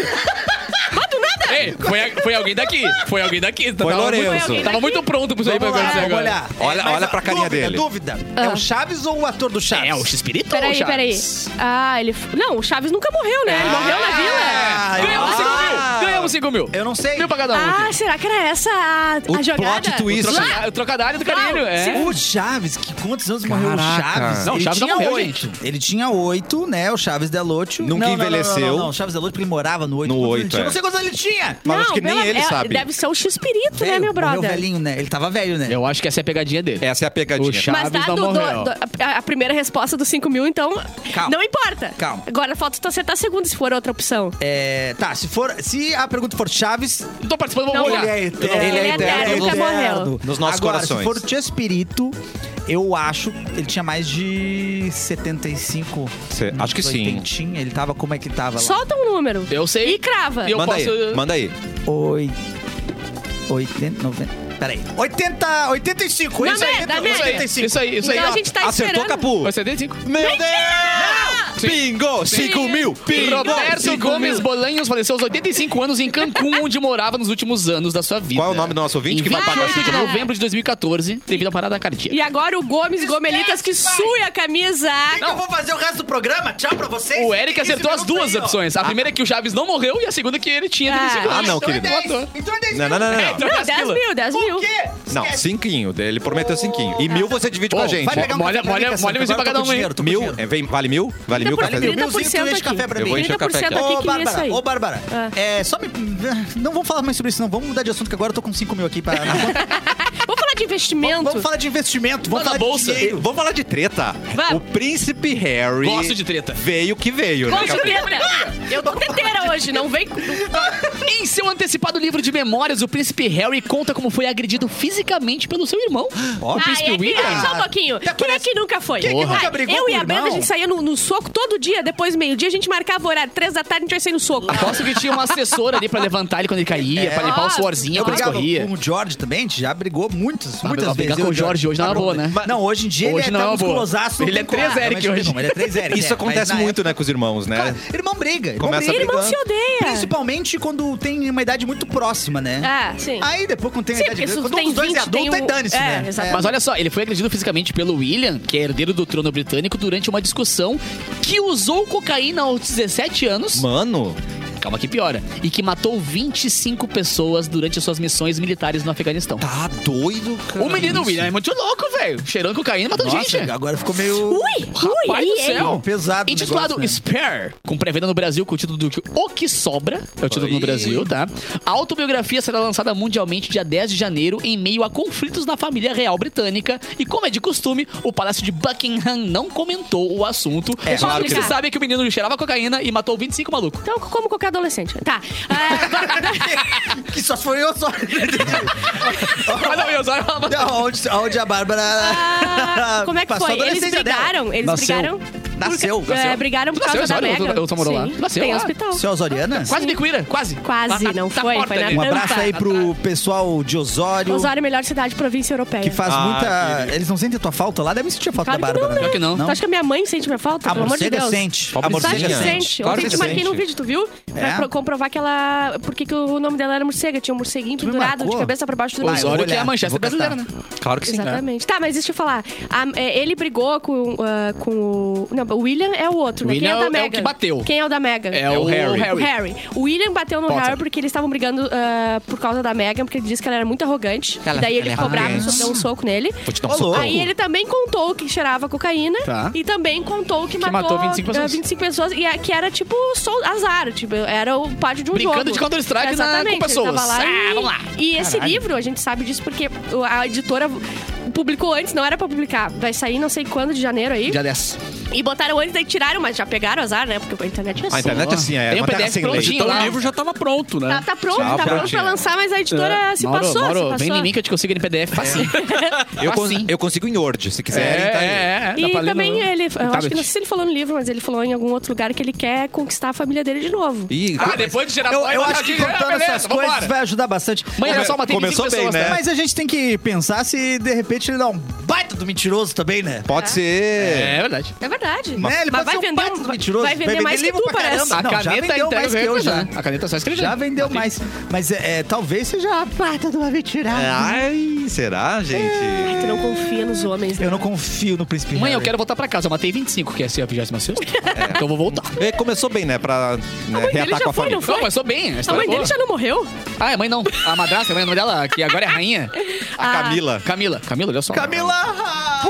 Speaker 4: Mas do nada!
Speaker 2: Ei, foi, foi alguém daqui. Foi alguém daqui. Foi
Speaker 3: Lourenço.
Speaker 2: Muito,
Speaker 4: Foi alguém
Speaker 2: tava
Speaker 4: daqui.
Speaker 2: muito pronto pra isso aí pra
Speaker 9: Vamos lá,
Speaker 2: acontecer
Speaker 9: vamos
Speaker 2: agora.
Speaker 9: olhar.
Speaker 3: Olha-
Speaker 9: mas
Speaker 3: olha
Speaker 9: a
Speaker 3: pra carinha
Speaker 9: dúvida,
Speaker 3: dele.
Speaker 9: Dúvida. É o Chaves ou o ator do Chaves?
Speaker 2: É, o X-Pirito
Speaker 4: Peraí, peraí. Ah, ele. f- Não, o Chaves nunca morreu, né? Ele morreu na
Speaker 2: É.
Speaker 4: vila.
Speaker 9: Ah,
Speaker 2: Ganhamos 5
Speaker 9: ah,
Speaker 2: mil. Ganhamos 5 mil.
Speaker 9: Eu não sei.
Speaker 2: Mil pra cada um. aqui.
Speaker 4: Ah, será que era essa a, a
Speaker 3: O
Speaker 4: jogada?
Speaker 3: plot twist.
Speaker 2: O troca- O trocadilho do carinho. É.
Speaker 9: O Chaves, que quantos anos morreu o
Speaker 3: Caraca.
Speaker 9: Chaves?
Speaker 2: Não, o
Speaker 9: Ele
Speaker 2: Chaves não
Speaker 9: tinha
Speaker 2: morreu,
Speaker 9: oito. Ele tinha oito, né? O Chaves Delóteo.
Speaker 3: Nunca
Speaker 9: Não, não, não,
Speaker 3: envelheceu.
Speaker 9: Não, não, não, O Chaves Delóteo porque ele morava no oito.
Speaker 3: No
Speaker 9: Quantos ele
Speaker 3: oito,
Speaker 9: tinha? Eu não
Speaker 3: é.
Speaker 9: sei quantos ele tinha.
Speaker 3: Mas acho que
Speaker 4: pela-
Speaker 3: nem ele
Speaker 4: é-
Speaker 3: sabe.
Speaker 4: Deve ser o X-Pirito, né,
Speaker 9: Velho,
Speaker 4: meu brother?
Speaker 9: Morreu velhinho, né? Ele tava velho, né?
Speaker 2: Eu acho que essa é a pegadinha dele.
Speaker 3: Essa é a
Speaker 2: O
Speaker 3: pegadinha.
Speaker 2: Chaves
Speaker 4: Mas dado
Speaker 2: não
Speaker 4: do-
Speaker 2: morreu.
Speaker 4: do- a, a primeira resposta dos 5 mil, então.
Speaker 9: Calma.
Speaker 4: Não importa.
Speaker 9: Calma.
Speaker 4: Agora falta tu acertar a segunda se for outra opção.
Speaker 9: É, tá, se, for, se a pergunta for Chaves,
Speaker 2: Não tô participando,
Speaker 4: Não,
Speaker 2: vamos olhar.
Speaker 9: ele é
Speaker 2: Eu
Speaker 9: eterno.
Speaker 2: não-
Speaker 4: Ele é eterno, nunca morreu.
Speaker 3: Nos nossos
Speaker 9: Agora,
Speaker 3: corações.
Speaker 9: se for o Chespirito, eu acho que ele tinha mais de 75.
Speaker 3: Cê- acho que sim.
Speaker 9: Tinha, ele tava, como é que tava lá?
Speaker 4: Solta um número.
Speaker 2: Eu sei.
Speaker 4: E crava.
Speaker 2: E eu
Speaker 3: Manda
Speaker 2: posso...
Speaker 3: aí, manda aí.
Speaker 9: Oi. 80, 90. Peraí. 80, 85.
Speaker 4: Na
Speaker 9: isso aí, Então,
Speaker 4: média, na média.
Speaker 9: 85.
Speaker 2: Isso aí, isso aí.
Speaker 4: Então a
Speaker 2: ó.
Speaker 4: gente tá
Speaker 3: Acertou,
Speaker 4: esperando.
Speaker 3: Capu.
Speaker 2: Vai ser 75.
Speaker 3: Meu Deus! Bingo! 5 mil! Bingo!
Speaker 2: Roberto
Speaker 3: cinco
Speaker 2: Gomes
Speaker 3: mil.
Speaker 2: Bolanhos faleceu aos 85 anos em Cancún, onde morava nos últimos anos da sua vida.
Speaker 3: Qual é o nome do nosso ouvinte
Speaker 2: Em
Speaker 3: que vai pagar
Speaker 2: 28 de
Speaker 3: esse jogo?
Speaker 2: novembro de 2014, devido à parada cardíaca.
Speaker 4: E agora o Gomes Gomelitas que sui a camisa.
Speaker 9: então
Speaker 5: que eu vou fazer o resto do programa? Tchau pra vocês.
Speaker 2: O Eric
Speaker 5: Esse
Speaker 2: acertou as
Speaker 5: minuto
Speaker 2: duas
Speaker 5: aí, ó. Ah.
Speaker 2: opções. A primeira é que o Chaves não morreu e a segunda é que ele tinha 35
Speaker 4: Ah,
Speaker 2: anos.
Speaker 3: não,
Speaker 2: Então ele
Speaker 3: querido.
Speaker 2: botou.
Speaker 5: Então é 10
Speaker 3: Não, não, não, não. não.
Speaker 2: Então é as
Speaker 4: 10
Speaker 2: pila.
Speaker 4: mil, 10 mil.
Speaker 5: O quê?
Speaker 3: Não, cinquinho. Ele prometeu cinquinho. E mil você divide com a
Speaker 2: Bom,
Speaker 3: gente.
Speaker 2: vai pegar um
Speaker 3: Mo-
Speaker 2: Molha-
Speaker 9: café pra
Speaker 2: molha-
Speaker 9: mim, Cassiano,
Speaker 2: molha o vizinho pra
Speaker 9: agora eu tô
Speaker 2: cada
Speaker 9: com
Speaker 2: um, hein?
Speaker 9: dinheiro, tô com
Speaker 3: Mil?
Speaker 9: dinheiro.
Speaker 3: É, vem, vale mil? Vale mil
Speaker 4: 30%
Speaker 3: cafezinho?
Speaker 9: Milzinho, tu enche o café
Speaker 4: aqui.
Speaker 9: pra mim.
Speaker 3: Eu vou encher o café
Speaker 4: 30%
Speaker 3: aqui.
Speaker 2: então.
Speaker 4: aqui
Speaker 9: Ô,
Speaker 2: é
Speaker 4: queria isso
Speaker 9: Bárbara,
Speaker 4: aí.
Speaker 9: ô, Bárbara,
Speaker 4: Ah.
Speaker 9: é, só me. Não vamos falar mais sobre isso, não. Vamos mudar de assunto, que agora eu tô com 5 mil aqui
Speaker 2: <laughs>
Speaker 9: pra.
Speaker 4: Vamos falar de investimento?
Speaker 9: vamos falar de investimento, vamos
Speaker 2: Tá na
Speaker 9: falar de
Speaker 2: bolsa.
Speaker 9: dinheiro.
Speaker 3: Vamos falar de treta.
Speaker 4: Vamos.
Speaker 3: O príncipe Harry.
Speaker 2: Gosto de treta.
Speaker 3: Veio que veio, né?
Speaker 4: Gosto de
Speaker 3: Capeta?
Speaker 4: teta. Eu tô teteira hoje, não vem. com-
Speaker 2: Ah, Em seu antecipado livro de memórias, o príncipe Harry conta como foi agredido fisicamente pelo seu irmão. o príncipe
Speaker 3: Ah,
Speaker 4: é que-
Speaker 2: William.
Speaker 4: Só um pouquinho. Quem é que nunca foi?
Speaker 2: que nunca
Speaker 4: Ai,
Speaker 9: brigou
Speaker 4: eu
Speaker 9: com
Speaker 4: e a
Speaker 9: o irmão?
Speaker 4: banda, a gente saía no, no soco todo dia. Depois, meio-dia, a gente marcava o horário. Três da tarde, a gente ia sair no soco.
Speaker 2: Aposto que tá tinha uma assessora ali pra levantar ele quando ele caía,
Speaker 3: É.
Speaker 2: pra limpar o suorzinho
Speaker 9: Eu
Speaker 2: quando
Speaker 9: brigava
Speaker 3: Um
Speaker 2: escorria.
Speaker 9: com o George também, a gente já brigou muitas,
Speaker 2: Ah,
Speaker 9: muitas
Speaker 2: mas
Speaker 9: vezes.
Speaker 2: brigar
Speaker 9: eu
Speaker 2: com o
Speaker 9: e
Speaker 2: Jorge hoje não é uma boa, né?
Speaker 9: Mas- Não, hoje em dia
Speaker 2: Hoje
Speaker 9: ele
Speaker 2: não é
Speaker 9: é
Speaker 2: uma
Speaker 9: tão
Speaker 2: boa.
Speaker 9: musculosaço.
Speaker 2: Ele é três Eric hoje.
Speaker 9: Ele é 3 Eric.
Speaker 3: Isso
Speaker 9: é, mas
Speaker 3: acontece
Speaker 9: na
Speaker 3: muito, né, com os irmãos, né?
Speaker 9: Cara, irmão briga. Irmão,
Speaker 3: Começa
Speaker 9: briga.
Speaker 4: brigando. Irmão se odeia.
Speaker 9: Principalmente quando tem uma idade muito próxima, né?
Speaker 4: Ah, sim.
Speaker 9: Aí depois quando tem a
Speaker 4: Sim,
Speaker 9: idade
Speaker 4: porque se
Speaker 9: grande,
Speaker 4: tu
Speaker 9: quando
Speaker 4: tem
Speaker 9: os dois
Speaker 4: 20,
Speaker 9: é adulto,
Speaker 4: tem
Speaker 9: aí
Speaker 4: um-
Speaker 9: dane-se,
Speaker 4: é,
Speaker 9: né?
Speaker 4: exatamente.
Speaker 2: Mas olha só, ele foi agredido fisicamente pelo William, que é herdeiro do trono britânico, durante uma discussão que usou cocaína aos 17 anos.
Speaker 3: Mano,
Speaker 2: Calma que piora. E que matou 25 pessoas durante as suas missões militares no Afeganistão.
Speaker 3: tá doido, cara.
Speaker 2: O menino William é muito louco, velho. Cheirando cocaína e matando
Speaker 9: Nossa,
Speaker 2: gente.
Speaker 9: agora ficou meio...
Speaker 4: Ui, ui,
Speaker 2: Pai
Speaker 4: aí,
Speaker 2: do
Speaker 4: aí.
Speaker 2: céu.
Speaker 9: pesado o
Speaker 2: Intitulado
Speaker 9: negócio, né?
Speaker 2: Spare, com pré-venda no Brasil com o título do que O Que Sobra, é o título no Brasil, tá? A autobiografia será lançada mundialmente dia 10 de janeiro em meio a conflitos na família real britânica e como é de costume, o Palácio de Buckingham não comentou o assunto. É, só
Speaker 4: claro
Speaker 2: que
Speaker 4: que
Speaker 2: você
Speaker 4: não.
Speaker 2: sabe que o menino cheirava cocaína e matou 25
Speaker 9: <laughs>
Speaker 2: malucos.
Speaker 4: Então, como qualquer adolescente. Tá. Ah,
Speaker 9: Que só foi eu só.
Speaker 2: Mas não, eu só
Speaker 9: Não, onde, onde a Bárbara.
Speaker 4: ah, como é que
Speaker 9: passou a
Speaker 4: foi? Eles
Speaker 9: adolescência dela.
Speaker 4: brigaram? Eles
Speaker 6: Nasceu.
Speaker 4: brigaram?
Speaker 9: Nasceu.
Speaker 4: Por- É, brigaram por
Speaker 2: Nasceu
Speaker 4: causa
Speaker 2: em
Speaker 4: da
Speaker 2: Osório?
Speaker 4: Mega.
Speaker 2: Eu só morou lá? Nasceu
Speaker 4: Tem
Speaker 2: lá?
Speaker 4: hospital.
Speaker 9: Seu Osoriana?
Speaker 2: Quase me cuíra, quase. Tá,
Speaker 4: Quase, não foi,
Speaker 2: porta
Speaker 4: foi na
Speaker 2: ali.
Speaker 9: Um abraço
Speaker 4: Tampa.
Speaker 9: aí pro pessoal de Osório.
Speaker 4: Osório, melhor cidade, província europeia.
Speaker 9: Que faz
Speaker 3: Ah,
Speaker 9: muita. Eles não sentem tua falta lá, devem sentir a falta
Speaker 4: Claro
Speaker 9: da
Speaker 4: que não,
Speaker 9: Bárbara.
Speaker 4: né?
Speaker 2: Pior que não.
Speaker 4: Tu acha que a minha mãe sente minha falta?
Speaker 9: A
Speaker 4: Pelo amor é de
Speaker 9: morcega
Speaker 4: Deus.
Speaker 9: Ah, sente.
Speaker 3: Claro
Speaker 9: A
Speaker 3: que
Speaker 4: Tu acha
Speaker 9: morcega
Speaker 4: que
Speaker 3: Morcega
Speaker 4: sente?
Speaker 9: sente.
Speaker 3: Claro
Speaker 4: Ontem
Speaker 3: que
Speaker 4: te marquei
Speaker 3: sente.
Speaker 4: num vídeo, tu viu?
Speaker 9: É.
Speaker 4: Pra pro- comprovar que ela... Por que que o nome dela era morcega? Tinha um morceguinho
Speaker 9: me
Speaker 4: pendurado de
Speaker 9: marcou?
Speaker 4: cabeça pra baixo do
Speaker 9: Vai,
Speaker 4: nariz.
Speaker 9: eu vou
Speaker 2: Osório que é a
Speaker 9: olhar,
Speaker 2: Manchester
Speaker 9: vou catar.
Speaker 2: brasileira, né?
Speaker 3: Claro que sim.
Speaker 4: Exatamente. Tá, mas deixa eu falar. A- é, ele brigou com, ah, com o. Não, o William é o outro, né? Quem
Speaker 2: William
Speaker 4: é
Speaker 2: é
Speaker 4: o da
Speaker 2: o- é o
Speaker 4: Mega?
Speaker 2: que bateu.
Speaker 4: Quem é o da Mega?
Speaker 2: É o Harry.
Speaker 4: O Harry. O William bateu no
Speaker 2: Potter.
Speaker 4: Harry porque eles estavam brigando ah, por causa da Megan, porque ele disse que ela era muito arrogante.
Speaker 2: Ela-
Speaker 4: e daí
Speaker 2: ela
Speaker 4: ele
Speaker 2: é
Speaker 4: ficou bravo,
Speaker 2: arrogante.
Speaker 4: só deu um soco nele.
Speaker 3: Vou te dar um
Speaker 9: Ô,
Speaker 3: soco.
Speaker 9: louco.
Speaker 4: Aí ele também contou que cheirava cocaína
Speaker 6: Tá.
Speaker 4: e também contou que,
Speaker 2: matou 25 pessoas.
Speaker 4: ah, 25 pessoas, e é- que era tipo sol, azar, tipo, era o pátio de um
Speaker 2: Brincando
Speaker 4: jogo.
Speaker 2: de Counter-Strike na-
Speaker 4: Exatamente,
Speaker 2: com
Speaker 4: ele tava
Speaker 2: pessoas.
Speaker 4: lá
Speaker 2: Ah,
Speaker 4: e,
Speaker 2: vamos lá.
Speaker 4: E esse livro, a gente sabe disso porque a editora publicou antes, não era pra publicar. Vai sair não sei quando de janeiro aí.
Speaker 2: Dia 10.
Speaker 4: E botaram antes, daí tiraram, mas já pegaram azar, né? Porque a internet é
Speaker 3: A
Speaker 4: assim.
Speaker 3: internet assim, é
Speaker 2: Tem o
Speaker 3: uma terra
Speaker 2: PDF
Speaker 3: sem lei.
Speaker 2: prontinho
Speaker 6: Então o
Speaker 2: lá.
Speaker 6: livro já tava pronto, né?
Speaker 4: Tá, tá pronto,
Speaker 3: Tchau,
Speaker 4: tá pronto
Speaker 3: prontinho.
Speaker 4: pra lançar, mas a editora Ah, se
Speaker 2: É. Mauro,
Speaker 4: passou,
Speaker 2: Mauro,
Speaker 4: se passou.
Speaker 2: vem em mim que tá eu te consigo em PDF facinho.
Speaker 3: Eu, con-
Speaker 2: Facinho.
Speaker 3: eu consigo em Word, se
Speaker 2: É,
Speaker 3: quiserem. tá aí.
Speaker 2: Ah, é, é.
Speaker 4: E
Speaker 2: dá pra ler
Speaker 4: também
Speaker 2: no-
Speaker 4: ele, eu acho
Speaker 6: tablet.
Speaker 4: que não sei se ele falou no livro, mas ele falou em algum outro lugar que ele quer conquistar a família dele de novo.
Speaker 3: Ih,
Speaker 2: Ah, depois de gerar
Speaker 9: Eu, eu acho que
Speaker 2: Ah,
Speaker 9: contando essas coisas vai ajudar bastante. É.
Speaker 2: Mãe, era só uma tem
Speaker 3: Começou
Speaker 2: 25 pessoas,
Speaker 3: bem, né?
Speaker 9: Mas a gente tem que pensar se de repente ele dá um baita do mentiroso também, né?
Speaker 2: ah.
Speaker 3: pode ser.
Speaker 2: É, é verdade.
Speaker 4: É verdade.
Speaker 9: Né? Ele
Speaker 4: mas
Speaker 9: pode
Speaker 4: vai
Speaker 9: ser um
Speaker 4: vender,
Speaker 9: baita do mentiroso.
Speaker 4: vai vender
Speaker 9: Vai
Speaker 4: mais
Speaker 9: vender
Speaker 4: que tu,
Speaker 9: livro pra
Speaker 4: parece.
Speaker 9: caramba.
Speaker 2: A
Speaker 9: Não, já
Speaker 2: caneta
Speaker 9: vendeu
Speaker 2: inteira
Speaker 9: mais que
Speaker 2: ganhou,
Speaker 9: eu, já.
Speaker 2: né? A caneta só escrevendo.
Speaker 9: Já vendeu mais. Mas é, é, talvez seja a baita de uma
Speaker 2: É.
Speaker 9: mentirada.
Speaker 3: É, Ai, será, gente?
Speaker 4: Ai, tu não confia nos homens, né?
Speaker 9: Eu não confio no príncipe
Speaker 2: Mãe, eu
Speaker 9: Harry.
Speaker 2: quero voltar pra casa. Eu matei 25, que é ser a 26 Então eu vou voltar.
Speaker 3: É, começou bem, né? Pra
Speaker 2: Ah,
Speaker 3: né,
Speaker 4: mãe dele
Speaker 3: reatar
Speaker 4: já
Speaker 3: com a
Speaker 4: foi,
Speaker 3: família.
Speaker 4: não foi?
Speaker 2: Não, mas sou bem. A,
Speaker 4: A
Speaker 2: história
Speaker 4: mãe
Speaker 2: é boa.
Speaker 4: dele já não morreu?
Speaker 2: Ah, a mãe não. A madrasta, a mãe o nome dela, que agora é a rainha.
Speaker 3: A Camila.
Speaker 2: Camila. Camila, olha só.
Speaker 9: Camila!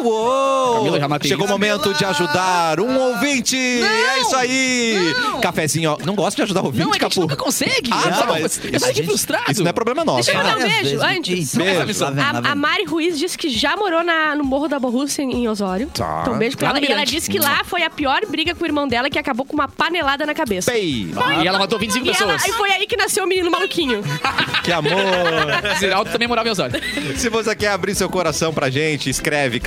Speaker 3: Uou!
Speaker 2: Camila, já matei
Speaker 3: Chegou o
Speaker 2: isso.
Speaker 3: momento de ajudar um ouvinte! é isso aí! Cafezinho, ó. Não gosto de ajudar ouvinte,
Speaker 2: Não, é que a gente
Speaker 3: Capu.
Speaker 2: nunca consegue.
Speaker 3: Ah,
Speaker 2: eu
Speaker 3: não,
Speaker 2: só não,
Speaker 3: mas
Speaker 2: eu só
Speaker 3: isso-
Speaker 2: fiquei frustrado.
Speaker 3: Isso não é problema nosso.
Speaker 4: Deixa eu mandar um
Speaker 9: Várias
Speaker 4: beijo
Speaker 9: vezes,
Speaker 4: antes.
Speaker 9: mentira.
Speaker 3: Beijo.
Speaker 9: Lá vem, lá
Speaker 4: A, a
Speaker 9: vem.
Speaker 4: Mari Ruiz disse que já morou na- no Morro da Borrússia, em em Osório.
Speaker 3: Tá.
Speaker 4: Então, um beijo pra
Speaker 2: Lá no
Speaker 4: ela. E ela
Speaker 2: Mirante.
Speaker 4: disse que lá foi a pior briga com o irmão dela, que acabou com uma panelada na cabeça.
Speaker 3: Pei,
Speaker 2: E ela matou 25
Speaker 4: E, ela,
Speaker 2: pessoas.
Speaker 4: e foi aí que nasceu o menino maluquinho.
Speaker 3: que amor!
Speaker 2: Ziraldo também morava em Osório.
Speaker 3: Se você quer abrir seu coração pra gente, escreve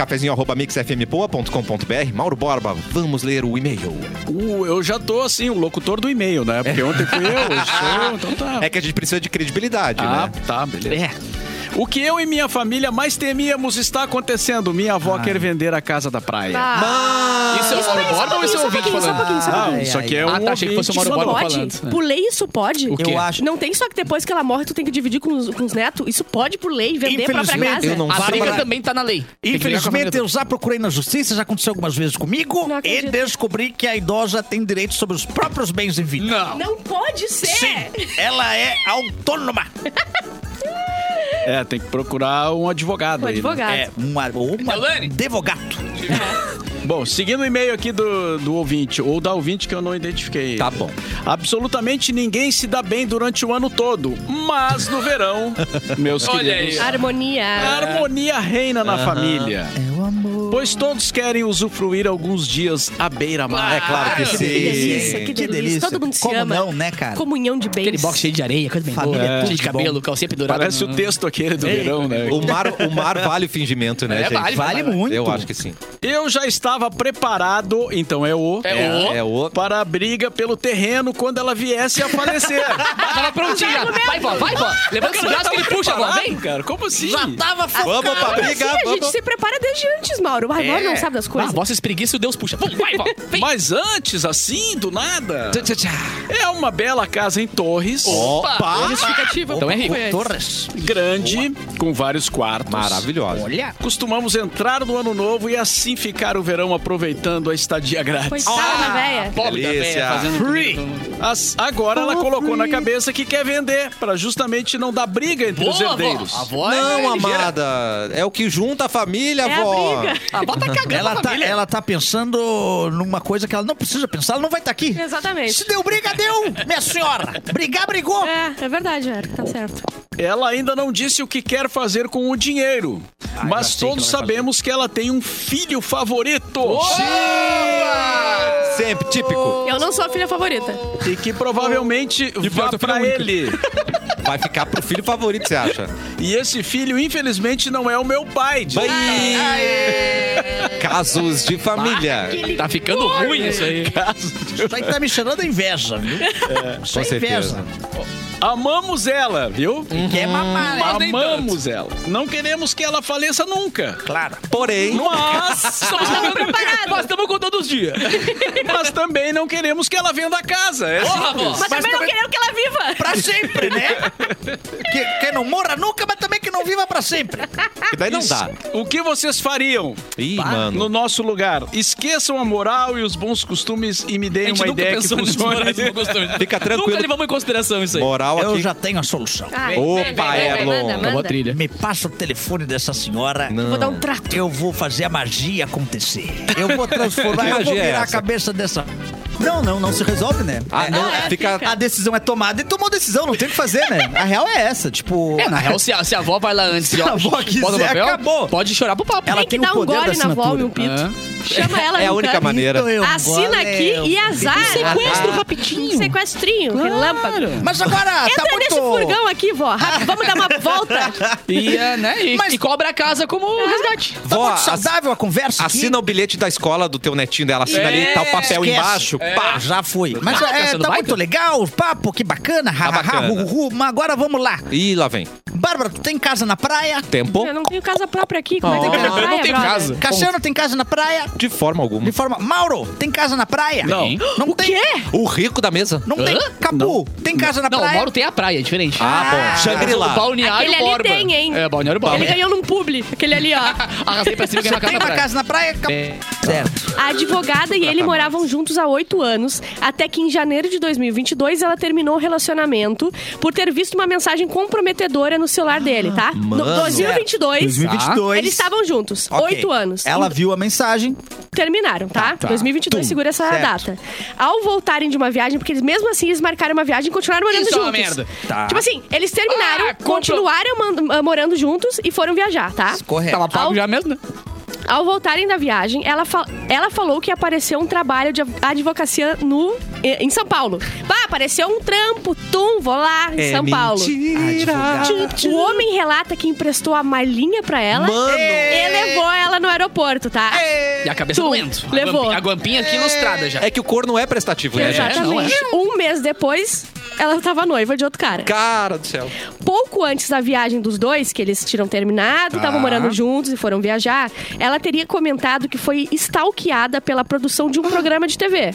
Speaker 3: cafezinho.mixfmpoa.com.br. Mauro Borba, vamos ler o e-mail.
Speaker 6: Uh, eu já tô assim, o locutor do e-mail, né? Porque ontem fui eu, hoje sou eu, então
Speaker 4: Ah.
Speaker 6: tá.
Speaker 3: É que a gente precisa de credibilidade,
Speaker 6: Ah,
Speaker 3: né?
Speaker 6: tá, beleza. O que eu e minha família mais temíamos está acontecendo. Minha avó quer vender a casa da praia.
Speaker 4: Ah, Tá.
Speaker 2: Isso é o Mauro Borba ou isso é
Speaker 4: Só
Speaker 2: o
Speaker 4: um
Speaker 2: ouvinte
Speaker 4: pouquinho, só um
Speaker 2: falando?
Speaker 4: pouquinho, só um
Speaker 6: Ah,
Speaker 4: pouquinho.
Speaker 6: isso aqui é um
Speaker 2: Ah, tá, achei que fosse
Speaker 6: ouvinte.
Speaker 2: o Mauro
Speaker 4: Isso
Speaker 2: Borba
Speaker 4: pode?
Speaker 2: falando.
Speaker 4: Por lei, isso pode?
Speaker 2: O quê?
Speaker 9: Eu acho.
Speaker 4: Não tem só que depois que ela morre, tu tem que dividir com os, com os netos? Isso pode, por lei, vender a própria
Speaker 9: Infelizmente,
Speaker 4: casa?
Speaker 9: eu não-
Speaker 2: A
Speaker 9: Bárbara-
Speaker 2: briga também tá na lei. Tem que brigar com a família
Speaker 9: Infelizmente, eu já procurei na justiça, já aconteceu algumas vezes comigo
Speaker 4: Não
Speaker 9: e
Speaker 4: acredito.
Speaker 9: descobri que a idosa tem direito sobre os próprios bens em vida.
Speaker 2: Não.
Speaker 4: Não pode ser!
Speaker 9: Sim, ela é autônoma.
Speaker 6: É, tem que procurar um advogado
Speaker 4: Um
Speaker 6: aí. né?
Speaker 4: advogado.
Speaker 9: É um ar- ou uma
Speaker 2: Elane.
Speaker 9: advogato.
Speaker 6: Bom, seguindo o e-mail aqui do, do ouvinte, ou da ouvinte que eu não identifiquei.
Speaker 3: Tá bom.
Speaker 6: Absolutamente ninguém se dá bem durante o ano todo, mas no verão, meus
Speaker 2: Olha aí.
Speaker 6: queridos, a
Speaker 4: Harmonia.
Speaker 6: harmonia reina na família.
Speaker 9: É o amor.
Speaker 6: Pois todos querem usufruir alguns dias à beira-mar.
Speaker 3: É claro que sim.
Speaker 2: Que
Speaker 4: Que delícia, que delícia. Todo mundo se
Speaker 9: Como
Speaker 4: ama.
Speaker 9: não, né, cara?
Speaker 4: Comunhão de bens.
Speaker 2: Aquele box cheio de areia, coisa bem boa.
Speaker 9: Família é
Speaker 2: Cheio
Speaker 9: tudo
Speaker 2: de
Speaker 9: de bom.
Speaker 2: cabelo, calcinha pendurada.
Speaker 6: Parece o texto aquele do verão, né?
Speaker 3: O mar, o mar vale o fingimento, né,
Speaker 2: É,
Speaker 3: gente?
Speaker 2: vale, vale
Speaker 9: muito.
Speaker 3: Eu acho que sim.
Speaker 6: Eu já estava preparado, então é o...
Speaker 2: É o-
Speaker 3: É o...
Speaker 6: Para a briga pelo terreno quando ela viesse a falecer.
Speaker 2: Ah, Tava prontinho já. Vai, vó, vai, vó. Levanta o gasto que ele puxa, vó. Vem.
Speaker 6: cara, como assim?
Speaker 2: tá
Speaker 9: tava
Speaker 3: Vamos pra
Speaker 4: Sim,
Speaker 3: briga,
Speaker 4: Assim, a gente
Speaker 3: vamos...
Speaker 4: se prepara desde antes, Mauro. O Mauro não sabe das
Speaker 2: Ah,
Speaker 4: coisas.
Speaker 2: vossa espreguiça e o Deus puxa. Vamos, vai, vó. Vem.
Speaker 6: Mas antes, assim, do nada. É uma bela casa em Torres,
Speaker 3: Opa!
Speaker 4: Justificativa.
Speaker 2: Então é rico.
Speaker 9: Torres.
Speaker 6: grande, com vários quartos.
Speaker 3: Maravilhosa.
Speaker 9: Olha.
Speaker 6: Costumamos entrar no ano novo e assim ficar o verão aproveitando a estadia grátis.
Speaker 4: Coitada da véia.
Speaker 2: Pobre da
Speaker 3: Delícia.
Speaker 2: véia, fazendo tudo.
Speaker 6: As- agora ela colocou na cabeça que quer vender, para justamente não dar briga entre os
Speaker 2: Boa,
Speaker 6: herdeiros.
Speaker 2: vó. A vó é
Speaker 3: Não,
Speaker 2: ligeira.
Speaker 3: amada. É o que junta a família,
Speaker 4: É a
Speaker 3: vó.
Speaker 4: briga.
Speaker 2: A vó tá cagando
Speaker 9: Ela
Speaker 2: pra
Speaker 9: tá,
Speaker 2: família.
Speaker 9: ela tá pensando numa coisa que ela não precisa pensar, ela não vai estar aqui.
Speaker 4: Exatamente.
Speaker 9: Se deu briga, deu, minha senhora. Brigar, brigou.
Speaker 4: É, é verdade, Eric, tá certo.
Speaker 6: Ela ainda não disse o que quer fazer com o dinheiro, mas todos sabemos que ela tem um filho favorito.
Speaker 3: Sempre típico.
Speaker 4: Eu não sou a filha favorita.
Speaker 6: E que provavelmente vá
Speaker 3: planta
Speaker 6: pra
Speaker 3: filha única.
Speaker 6: ele.
Speaker 3: Vai ficar pro filho favorito, você acha?
Speaker 6: E esse filho, infelizmente, não é o meu pai. diz.
Speaker 3: Casos de família.
Speaker 2: Tá ficando ruim isso aí.
Speaker 9: Isso aí tá me cheirando a inveja, viu? Isso
Speaker 3: com
Speaker 9: é
Speaker 3: certeza.
Speaker 9: inveja.
Speaker 6: Amamos ela, viu?
Speaker 2: Hum.
Speaker 9: Quer mamar, né?
Speaker 6: Amamos ela. Não queremos que ela faleça nunca.
Speaker 9: Claro.
Speaker 3: Porém,
Speaker 6: Mas,
Speaker 2: Estamos preparados. Nós estamos contando os dias.
Speaker 6: mas também não queremos que ela venda a casa. É
Speaker 2: Porra, vó.
Speaker 4: Mas, também não querendo que ela viva.
Speaker 9: Pra sempre, né? que, que não morra nunca, mas também que não viva pra sempre.
Speaker 3: que daí não
Speaker 6: isso.
Speaker 3: dá.
Speaker 6: O que vocês fariam
Speaker 3: Ih,
Speaker 6: no
Speaker 3: mano.
Speaker 6: nosso lugar? Esqueçam a moral e os bons costumes e me
Speaker 2: A
Speaker 6: deem
Speaker 2: gente
Speaker 6: uma
Speaker 2: nunca
Speaker 6: ideia que
Speaker 2: pensou nisso,
Speaker 6: funcione.
Speaker 2: mas não gostou.
Speaker 3: Fica
Speaker 2: Nunca
Speaker 3: tranquilo.
Speaker 2: levamos em consideração isso aí.
Speaker 3: Moral
Speaker 9: Eu
Speaker 3: aqui.
Speaker 9: já tenho a solução.
Speaker 4: Ai,
Speaker 3: Opa,
Speaker 4: vem, vem, vem,
Speaker 3: Erlon.
Speaker 4: manda,
Speaker 2: Acabou a
Speaker 4: manda.
Speaker 2: trilha.
Speaker 9: Me passa o telefone dessa senhora.
Speaker 3: Não.
Speaker 4: Vou dar um trato.
Speaker 9: Eu vou fazer a magia acontecer. Eu vou transformar,
Speaker 3: Que
Speaker 9: eu vou
Speaker 3: magia é
Speaker 9: virar a
Speaker 3: essa?
Speaker 9: cabeça dessa. Não, não, não se resolve, né?
Speaker 3: Ah, não,
Speaker 4: é,
Speaker 3: fica.
Speaker 9: A decisão é tomada e tomou decisão, não tem o que fazer, né? A real é essa, tipo...
Speaker 2: É, na real, se a, se a avó vai lá antes e ó,
Speaker 9: a avó quiser,
Speaker 2: bota o papel,
Speaker 9: acabou.
Speaker 2: pode chorar pro papo.
Speaker 9: Ela
Speaker 4: Tem que
Speaker 9: tem o
Speaker 4: dar um
Speaker 9: poder da
Speaker 4: gole na avó
Speaker 9: assinatura.
Speaker 4: e um pito.
Speaker 6: É.
Speaker 4: Chama ela
Speaker 3: É a
Speaker 4: no
Speaker 3: única
Speaker 9: então
Speaker 4: canto.
Speaker 3: maneira.
Speaker 4: Assina aqui e azar.
Speaker 2: Sequestro
Speaker 4: Ah.
Speaker 2: rapidinho.
Speaker 4: Sequestrinho, relâmpago.
Speaker 5: Mas agora
Speaker 4: Entra
Speaker 5: tá muito...
Speaker 4: nesse furgão aqui, vó. Rápido, vamos dar uma volta.
Speaker 2: E, é, né, e,
Speaker 5: Mas-
Speaker 2: e cobra a casa como
Speaker 4: Ah,
Speaker 2: resgate.
Speaker 5: Tá
Speaker 3: Vó,
Speaker 5: muito saudável a conversa aqui.
Speaker 3: Assina o bilhete da escola do teu netinho dela, assina
Speaker 2: É,
Speaker 3: ali, tá o papel
Speaker 5: esquece.
Speaker 3: embaixo.
Speaker 9: É.
Speaker 5: Pá, já foi. Mas
Speaker 2: Baita,
Speaker 5: é,
Speaker 2: sendo
Speaker 5: tá
Speaker 2: baita.
Speaker 5: muito legal o papo, que bacana. Ha, ha, ha,
Speaker 3: bacana.
Speaker 5: hu, hu, hu. Mas agora vamos lá.
Speaker 3: Ih, lá vem.
Speaker 5: Bárbara, tu tem casa na praia?
Speaker 3: Tempo?
Speaker 4: Eu não tenho casa própria aqui. Como é que
Speaker 2: Tá. Eu
Speaker 4: eu vou pra praia,
Speaker 2: não tenho
Speaker 4: brother?
Speaker 2: casa.
Speaker 5: Cassiano tem casa na praia?
Speaker 3: De forma alguma.
Speaker 5: De forma... Mauro, tem casa na praia?
Speaker 6: Não.
Speaker 5: Não tem.
Speaker 3: O rico da mesa.
Speaker 5: Não tem.
Speaker 2: Hã?
Speaker 5: Capu, tem casa na
Speaker 2: Não, o
Speaker 5: praia?
Speaker 2: Mauro tem a praia, é diferente.
Speaker 3: Ah, bom.
Speaker 2: O
Speaker 3: Shangri-La.
Speaker 2: Balneário
Speaker 4: Aquele ali
Speaker 2: Borba.
Speaker 4: tem, hein?
Speaker 2: É, Balneário Borba.
Speaker 4: Ele ganhou num publi, aquele ali, ó.
Speaker 2: Arrastei pra cima e
Speaker 5: Você
Speaker 2: ganhei uma casa
Speaker 5: tem
Speaker 2: na
Speaker 5: uma
Speaker 2: praia.
Speaker 5: casa na praia? Capu.
Speaker 2: É.
Speaker 5: Certo.
Speaker 4: A advogada e ele moravam juntos há oito anos, até que em janeiro de 2022 ela terminou o relacionamento por ter visto uma mensagem comprometedora no celular dele, tá? No 2022.
Speaker 9: 2022.
Speaker 4: Eles estavam juntos,
Speaker 9: Ok.
Speaker 4: oito anos.
Speaker 9: Ela viu a mensagem.
Speaker 4: Terminaram, tá? 2022, segura essa
Speaker 9: Certo.
Speaker 4: data. Ao voltarem de uma viagem, porque eles mesmo assim eles marcaram uma viagem e continuaram morando
Speaker 2: Isso é
Speaker 4: juntos.
Speaker 2: uma merda.
Speaker 9: Tá.
Speaker 4: Tipo assim, eles terminaram,
Speaker 2: Ah, compro-
Speaker 4: continuaram man- morando juntos e foram viajar, tá?
Speaker 9: Correto.
Speaker 2: Tava pago
Speaker 4: Ao-
Speaker 2: já mesmo, né?
Speaker 4: Ao voltarem da viagem, ela, fa- ela falou que apareceu um trabalho de advocacia no... eh, em São Paulo. Bah, apareceu um trampo, tum, vou lá, em São Paulo. O homem relata que emprestou a malinha pra ela e levou ela no aeroporto, tá?
Speaker 2: E a cabeça
Speaker 4: Tu
Speaker 2: doendo. A
Speaker 4: levou.
Speaker 2: guampi- A guampinha aqui ilustrada já.
Speaker 3: É que o corno é prestativo, né, gente?
Speaker 2: não
Speaker 4: Exatamente. Um mês depois, ela tava noiva de outro cara.
Speaker 3: Cara do céu.
Speaker 4: Pouco antes da viagem dos dois, que eles tinham terminado, estavam morando juntos e foram viajar, ela teria comentado que foi stalkeada pela produção de um programa de TV.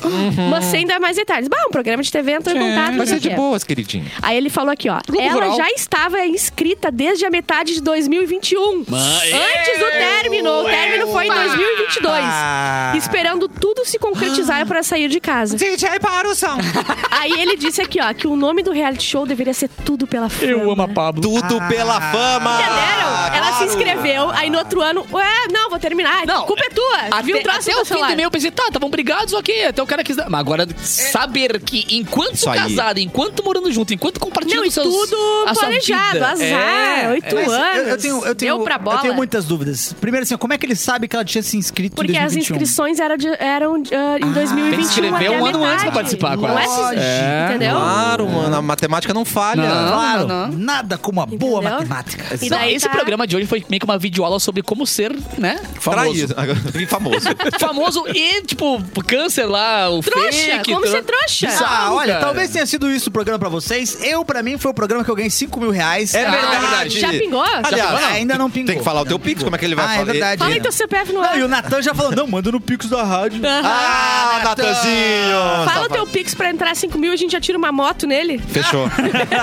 Speaker 4: Mas sem dar mais detalhes. Bah, um programa de TV entrou em contato. não
Speaker 3: Mas é
Speaker 4: sei o
Speaker 3: de
Speaker 4: quê.
Speaker 3: boas, queridinho.
Speaker 4: Aí ele falou aqui, ó.
Speaker 2: Globo
Speaker 4: ela
Speaker 2: Rural.
Speaker 4: já estava inscrita desde a metade de 2021. Antes do término. O término foi em 2022. Esperando tudo se concretizar para sair de casa.
Speaker 3: DJ para o som.
Speaker 4: Aí ele disse aqui, ó, que o nome do reality show deveria ser Tudo pela Fama.
Speaker 2: Pablo.
Speaker 3: Tudo pela fama.
Speaker 4: Entenderam? Ela se
Speaker 3: Claro.
Speaker 4: inscreveu, aí no outro ano, ué, não, vou terminar.
Speaker 2: Não,
Speaker 4: Não, culpa é tua. Viu o
Speaker 2: Até,
Speaker 4: troço
Speaker 2: até
Speaker 4: do
Speaker 2: o fim do
Speaker 4: celular.
Speaker 2: e-mail eu pensei, tá, estavam brigados, ok. Até o cara quis dar. Mas agora, saber que enquanto
Speaker 3: Isso aí.
Speaker 2: casado, enquanto morando junto, enquanto
Speaker 4: Não,
Speaker 2: compartilhando
Speaker 4: e
Speaker 2: seus,
Speaker 4: tudo
Speaker 2: a sua
Speaker 4: planejado,
Speaker 2: vida, É,
Speaker 4: azar, oito
Speaker 9: Mas
Speaker 4: anos.
Speaker 9: Eu, eu tenho, eu, tenho,
Speaker 4: Deu pra bola.
Speaker 9: eu tenho muitas dúvidas. Primeiro, assim, como é que ele sabe que ela tinha se inscrito
Speaker 4: Porque
Speaker 9: em
Speaker 4: as
Speaker 9: 2021?
Speaker 4: inscrições eram, de- eram de- ah, em 2021
Speaker 2: escrever
Speaker 4: até
Speaker 2: um
Speaker 4: a
Speaker 2: ano antes
Speaker 4: metade.
Speaker 2: pra participar,
Speaker 4: Não é
Speaker 9: quase.
Speaker 4: assim,
Speaker 2: É.
Speaker 4: entendeu?
Speaker 3: Claro, mano. A matemática não falha.
Speaker 2: Não.
Speaker 5: Claro,
Speaker 2: não, não.
Speaker 5: nada como a boa
Speaker 4: né? Entendeu?
Speaker 5: matemática.
Speaker 4: E
Speaker 2: Não,
Speaker 4: daí
Speaker 2: esse
Speaker 4: tá-
Speaker 2: programa é um de hoje foi meio que uma videoaula sobre como ser, né?
Speaker 3: Famoso. E famoso.
Speaker 2: Famoso e, tipo, câncer lá, o
Speaker 4: Trouxa,
Speaker 2: fake.
Speaker 4: como
Speaker 2: tro-
Speaker 4: ser trouxa.
Speaker 2: Bizarro,
Speaker 9: Ah, olha,
Speaker 2: cara.
Speaker 9: talvez tenha sido isso o programa pra vocês. Eu, pra mim, foi o programa que eu ganhei 5 mil reais.
Speaker 3: É verdade.
Speaker 4: Ah, Já pingou?
Speaker 3: Aliás,
Speaker 9: Ah, ainda não pingou.
Speaker 3: Tem que falar o teu Pix, como é que ele vai
Speaker 9: Ah, é
Speaker 3: falar?
Speaker 9: verdade.
Speaker 4: Fala então. aí teu CPF no
Speaker 9: Não,
Speaker 4: ar.
Speaker 9: e o Natan já falou, não, manda no Pix da rádio.
Speaker 3: Ah, Natanzinho!
Speaker 4: Fala o teu Pix pra entrar 5 mil e a gente já tira uma moto nele.
Speaker 3: Fechou.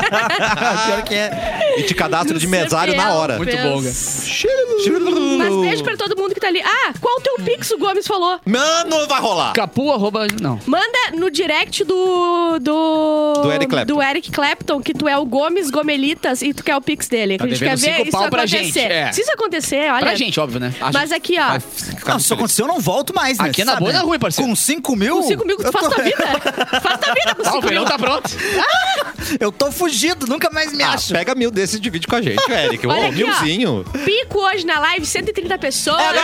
Speaker 9: Pior que é.
Speaker 3: E te cadastro de mesário na
Speaker 4: CPF,
Speaker 3: hora.
Speaker 2: Muito bom, cara.
Speaker 4: Mas beijo pra todo mundo que tá ali. Ah, qual o teu Pix o Gomes falou?
Speaker 3: Mano, vai rolar.
Speaker 2: Capu, arroba... Não.
Speaker 4: Manda no direct do. Do,
Speaker 3: Do Eric Clapton.
Speaker 4: do Eric Clapton, que tu é o Gomes Gomelitas e tu quer o Pix
Speaker 9: Tá
Speaker 4: dele. Que a gente quer
Speaker 2: devendo
Speaker 4: ver
Speaker 2: cinco
Speaker 4: isso
Speaker 2: pau pra
Speaker 4: acontecer.
Speaker 2: gente, é.
Speaker 4: Se isso acontecer, olha.
Speaker 2: Pra gente, óbvio, né? A
Speaker 4: Mas aqui, ó.
Speaker 9: Não, se isso acontecer, eu não volto mais, né?
Speaker 2: Aqui é na
Speaker 9: Sabe,
Speaker 2: boa e
Speaker 9: né?
Speaker 2: na ruim, parceiro.
Speaker 9: Com 5 mil?
Speaker 4: Com 5 mil, tu
Speaker 9: eu
Speaker 4: faz
Speaker 9: tô- <laughs>
Speaker 4: tua vida. Faz tua vida com
Speaker 2: Tá, o
Speaker 4: 5 mil.
Speaker 2: verão tá pronto.
Speaker 9: Eu tô fugido, nunca mais me
Speaker 3: Ah,
Speaker 9: acho.
Speaker 3: pega mil desses e divide com a
Speaker 4: <laughs>
Speaker 3: gente, Eric. Ô,
Speaker 4: Olha aqui, ó.
Speaker 3: milzinho.
Speaker 4: Pico hoje na live, 130 pessoas.
Speaker 3: nóis!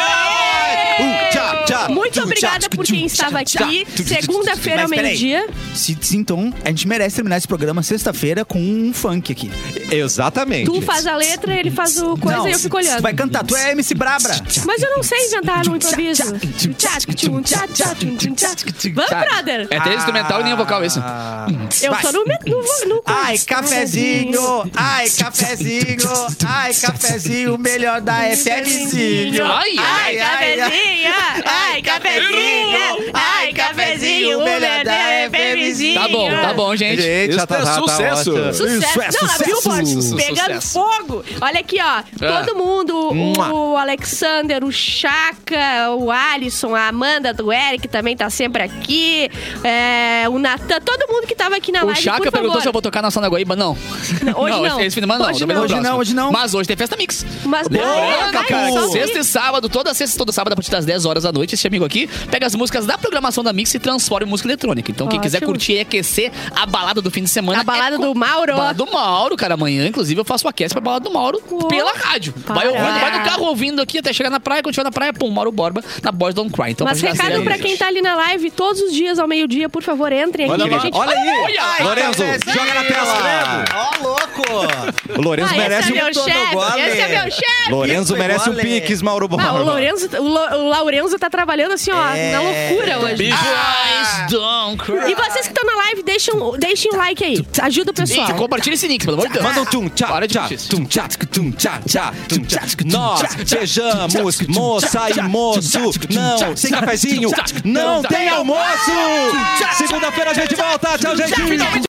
Speaker 3: Uh, tchau, tchau.
Speaker 4: Muito
Speaker 9: É Tchau,
Speaker 4: obrigada por
Speaker 9: tchau,
Speaker 4: quem estava
Speaker 9: tchau,
Speaker 4: aqui.
Speaker 9: tchau, tchau,
Speaker 4: Segunda-feira ao
Speaker 9: Mas peraí.
Speaker 4: meio-dia.
Speaker 9: Se, se então, a gente merece terminar esse programa sexta-feira com um funk aqui.
Speaker 3: Exatamente.
Speaker 4: Tu faz a letra, ele faz o coisa
Speaker 9: Não,
Speaker 4: e eu fico
Speaker 9: Tu
Speaker 4: olhando.
Speaker 9: vai cantar, tu é MC Brabra.
Speaker 4: Mas eu não sei inventar no improviso. Vamos, brother.
Speaker 2: É até instrumental e nem vocal isso.
Speaker 4: Eu
Speaker 9: Vai.
Speaker 4: sou no, no, no, no
Speaker 9: Ai, cafezinho, ai, cafezinho, ai, cafezinho, melhor da FMzinho.
Speaker 2: Ai,
Speaker 4: Ai, cafezinho! Ai, cafezinho! Ai, cafezinho! O melhor da FMzinho!
Speaker 2: Tá bom, tá bom, gente.
Speaker 3: Gente, já tá,
Speaker 6: Isso é
Speaker 3: tá, tá
Speaker 6: sucesso.
Speaker 3: ótimo.
Speaker 4: Sucesso.
Speaker 9: Isso é
Speaker 4: Não,
Speaker 9: sucesso.
Speaker 4: a Billboard pegando
Speaker 6: Sucesso.
Speaker 4: fogo. Olha aqui, ó. Todo mundo, o Alexander, o Chaka, o Alisson, a Amanda do Eric também tá sempre aqui. é, o Natan, todo mundo que tava aqui na
Speaker 2: O
Speaker 4: live,
Speaker 2: Chaka
Speaker 4: por
Speaker 2: perguntou
Speaker 4: favor.
Speaker 2: se eu vou tocar na Sanaguaíba. Não.
Speaker 4: hoje não.
Speaker 2: Esse fim de semana não.
Speaker 4: Hoje
Speaker 2: talvez
Speaker 4: não.
Speaker 2: no
Speaker 9: Hoje
Speaker 2: próximo.
Speaker 9: não, hoje não.
Speaker 2: Mas hoje tem festa mix.
Speaker 4: Mas
Speaker 2: Lembrando,
Speaker 4: Ai,
Speaker 2: cara,
Speaker 4: só
Speaker 2: que
Speaker 4: que-
Speaker 2: sexta e sábado, toda sexta e todo sábado, a partir das 10 horas da noite, esse amigo aqui pega as músicas da programação da Mix e transforma em música eletrônica. Então, quem quiser
Speaker 4: Ótimo.
Speaker 2: curtir e aquecer a balada do fim de semana.
Speaker 4: A balada
Speaker 2: é
Speaker 4: do
Speaker 2: com-
Speaker 4: Mauro.
Speaker 2: Balada do Mauro, cara. Amanhã, inclusive, eu faço o aquece pra balada do Mauro
Speaker 4: Uou.
Speaker 2: pela rádio. Vai, ouvindo,
Speaker 4: Para.
Speaker 2: vai no carro ouvindo aqui até chegar na praia, quando chegar na praia, pum, Mauro Borba na Boys Don't Cry. Então,
Speaker 4: Mas
Speaker 2: pra chegar
Speaker 4: recado
Speaker 2: cedo,
Speaker 4: pra
Speaker 2: gente.
Speaker 4: quem tá ali na live, todos os dias ao meio-dia, por favor, entrem aqui.
Speaker 6: Olha
Speaker 4: que a
Speaker 6: lá,
Speaker 4: gente...
Speaker 3: Olha aí,
Speaker 2: Olha!
Speaker 3: Lorenzo, joga na tela.
Speaker 9: Ó, louco!
Speaker 3: O Lorenzo
Speaker 4: Ah,
Speaker 3: merece
Speaker 4: esse é
Speaker 3: um
Speaker 4: meu chefe,
Speaker 9: Tondogole.
Speaker 4: esse é meu chefe.
Speaker 3: Lorenzo
Speaker 9: Isso,
Speaker 3: merece um
Speaker 9: igual, Ale.
Speaker 3: piques, Mauro Borba.
Speaker 4: Ah, o Lourenço, o, Lo- o Laurenzo tá trabalhando assim, ó,
Speaker 9: É.
Speaker 4: na loucura hoje.
Speaker 2: Ah! Boys Don't Cry.
Speaker 4: E vocês que estão na live, deixam, deixem o like aí. Ajuda o pessoal.
Speaker 2: Gente, compartilha esse link, pelo amor de Deus.
Speaker 3: Manda um tum tchá,
Speaker 2: Para de
Speaker 3: tchá,
Speaker 2: mentir.
Speaker 3: tum tchá, tchic, tum tchá, tchá, tum tchá, tchic, tum Nós beijamos moça e moço. Não tem cafezinho, não tem almoço. Segunda-feira a gente volta. Tchau, gente.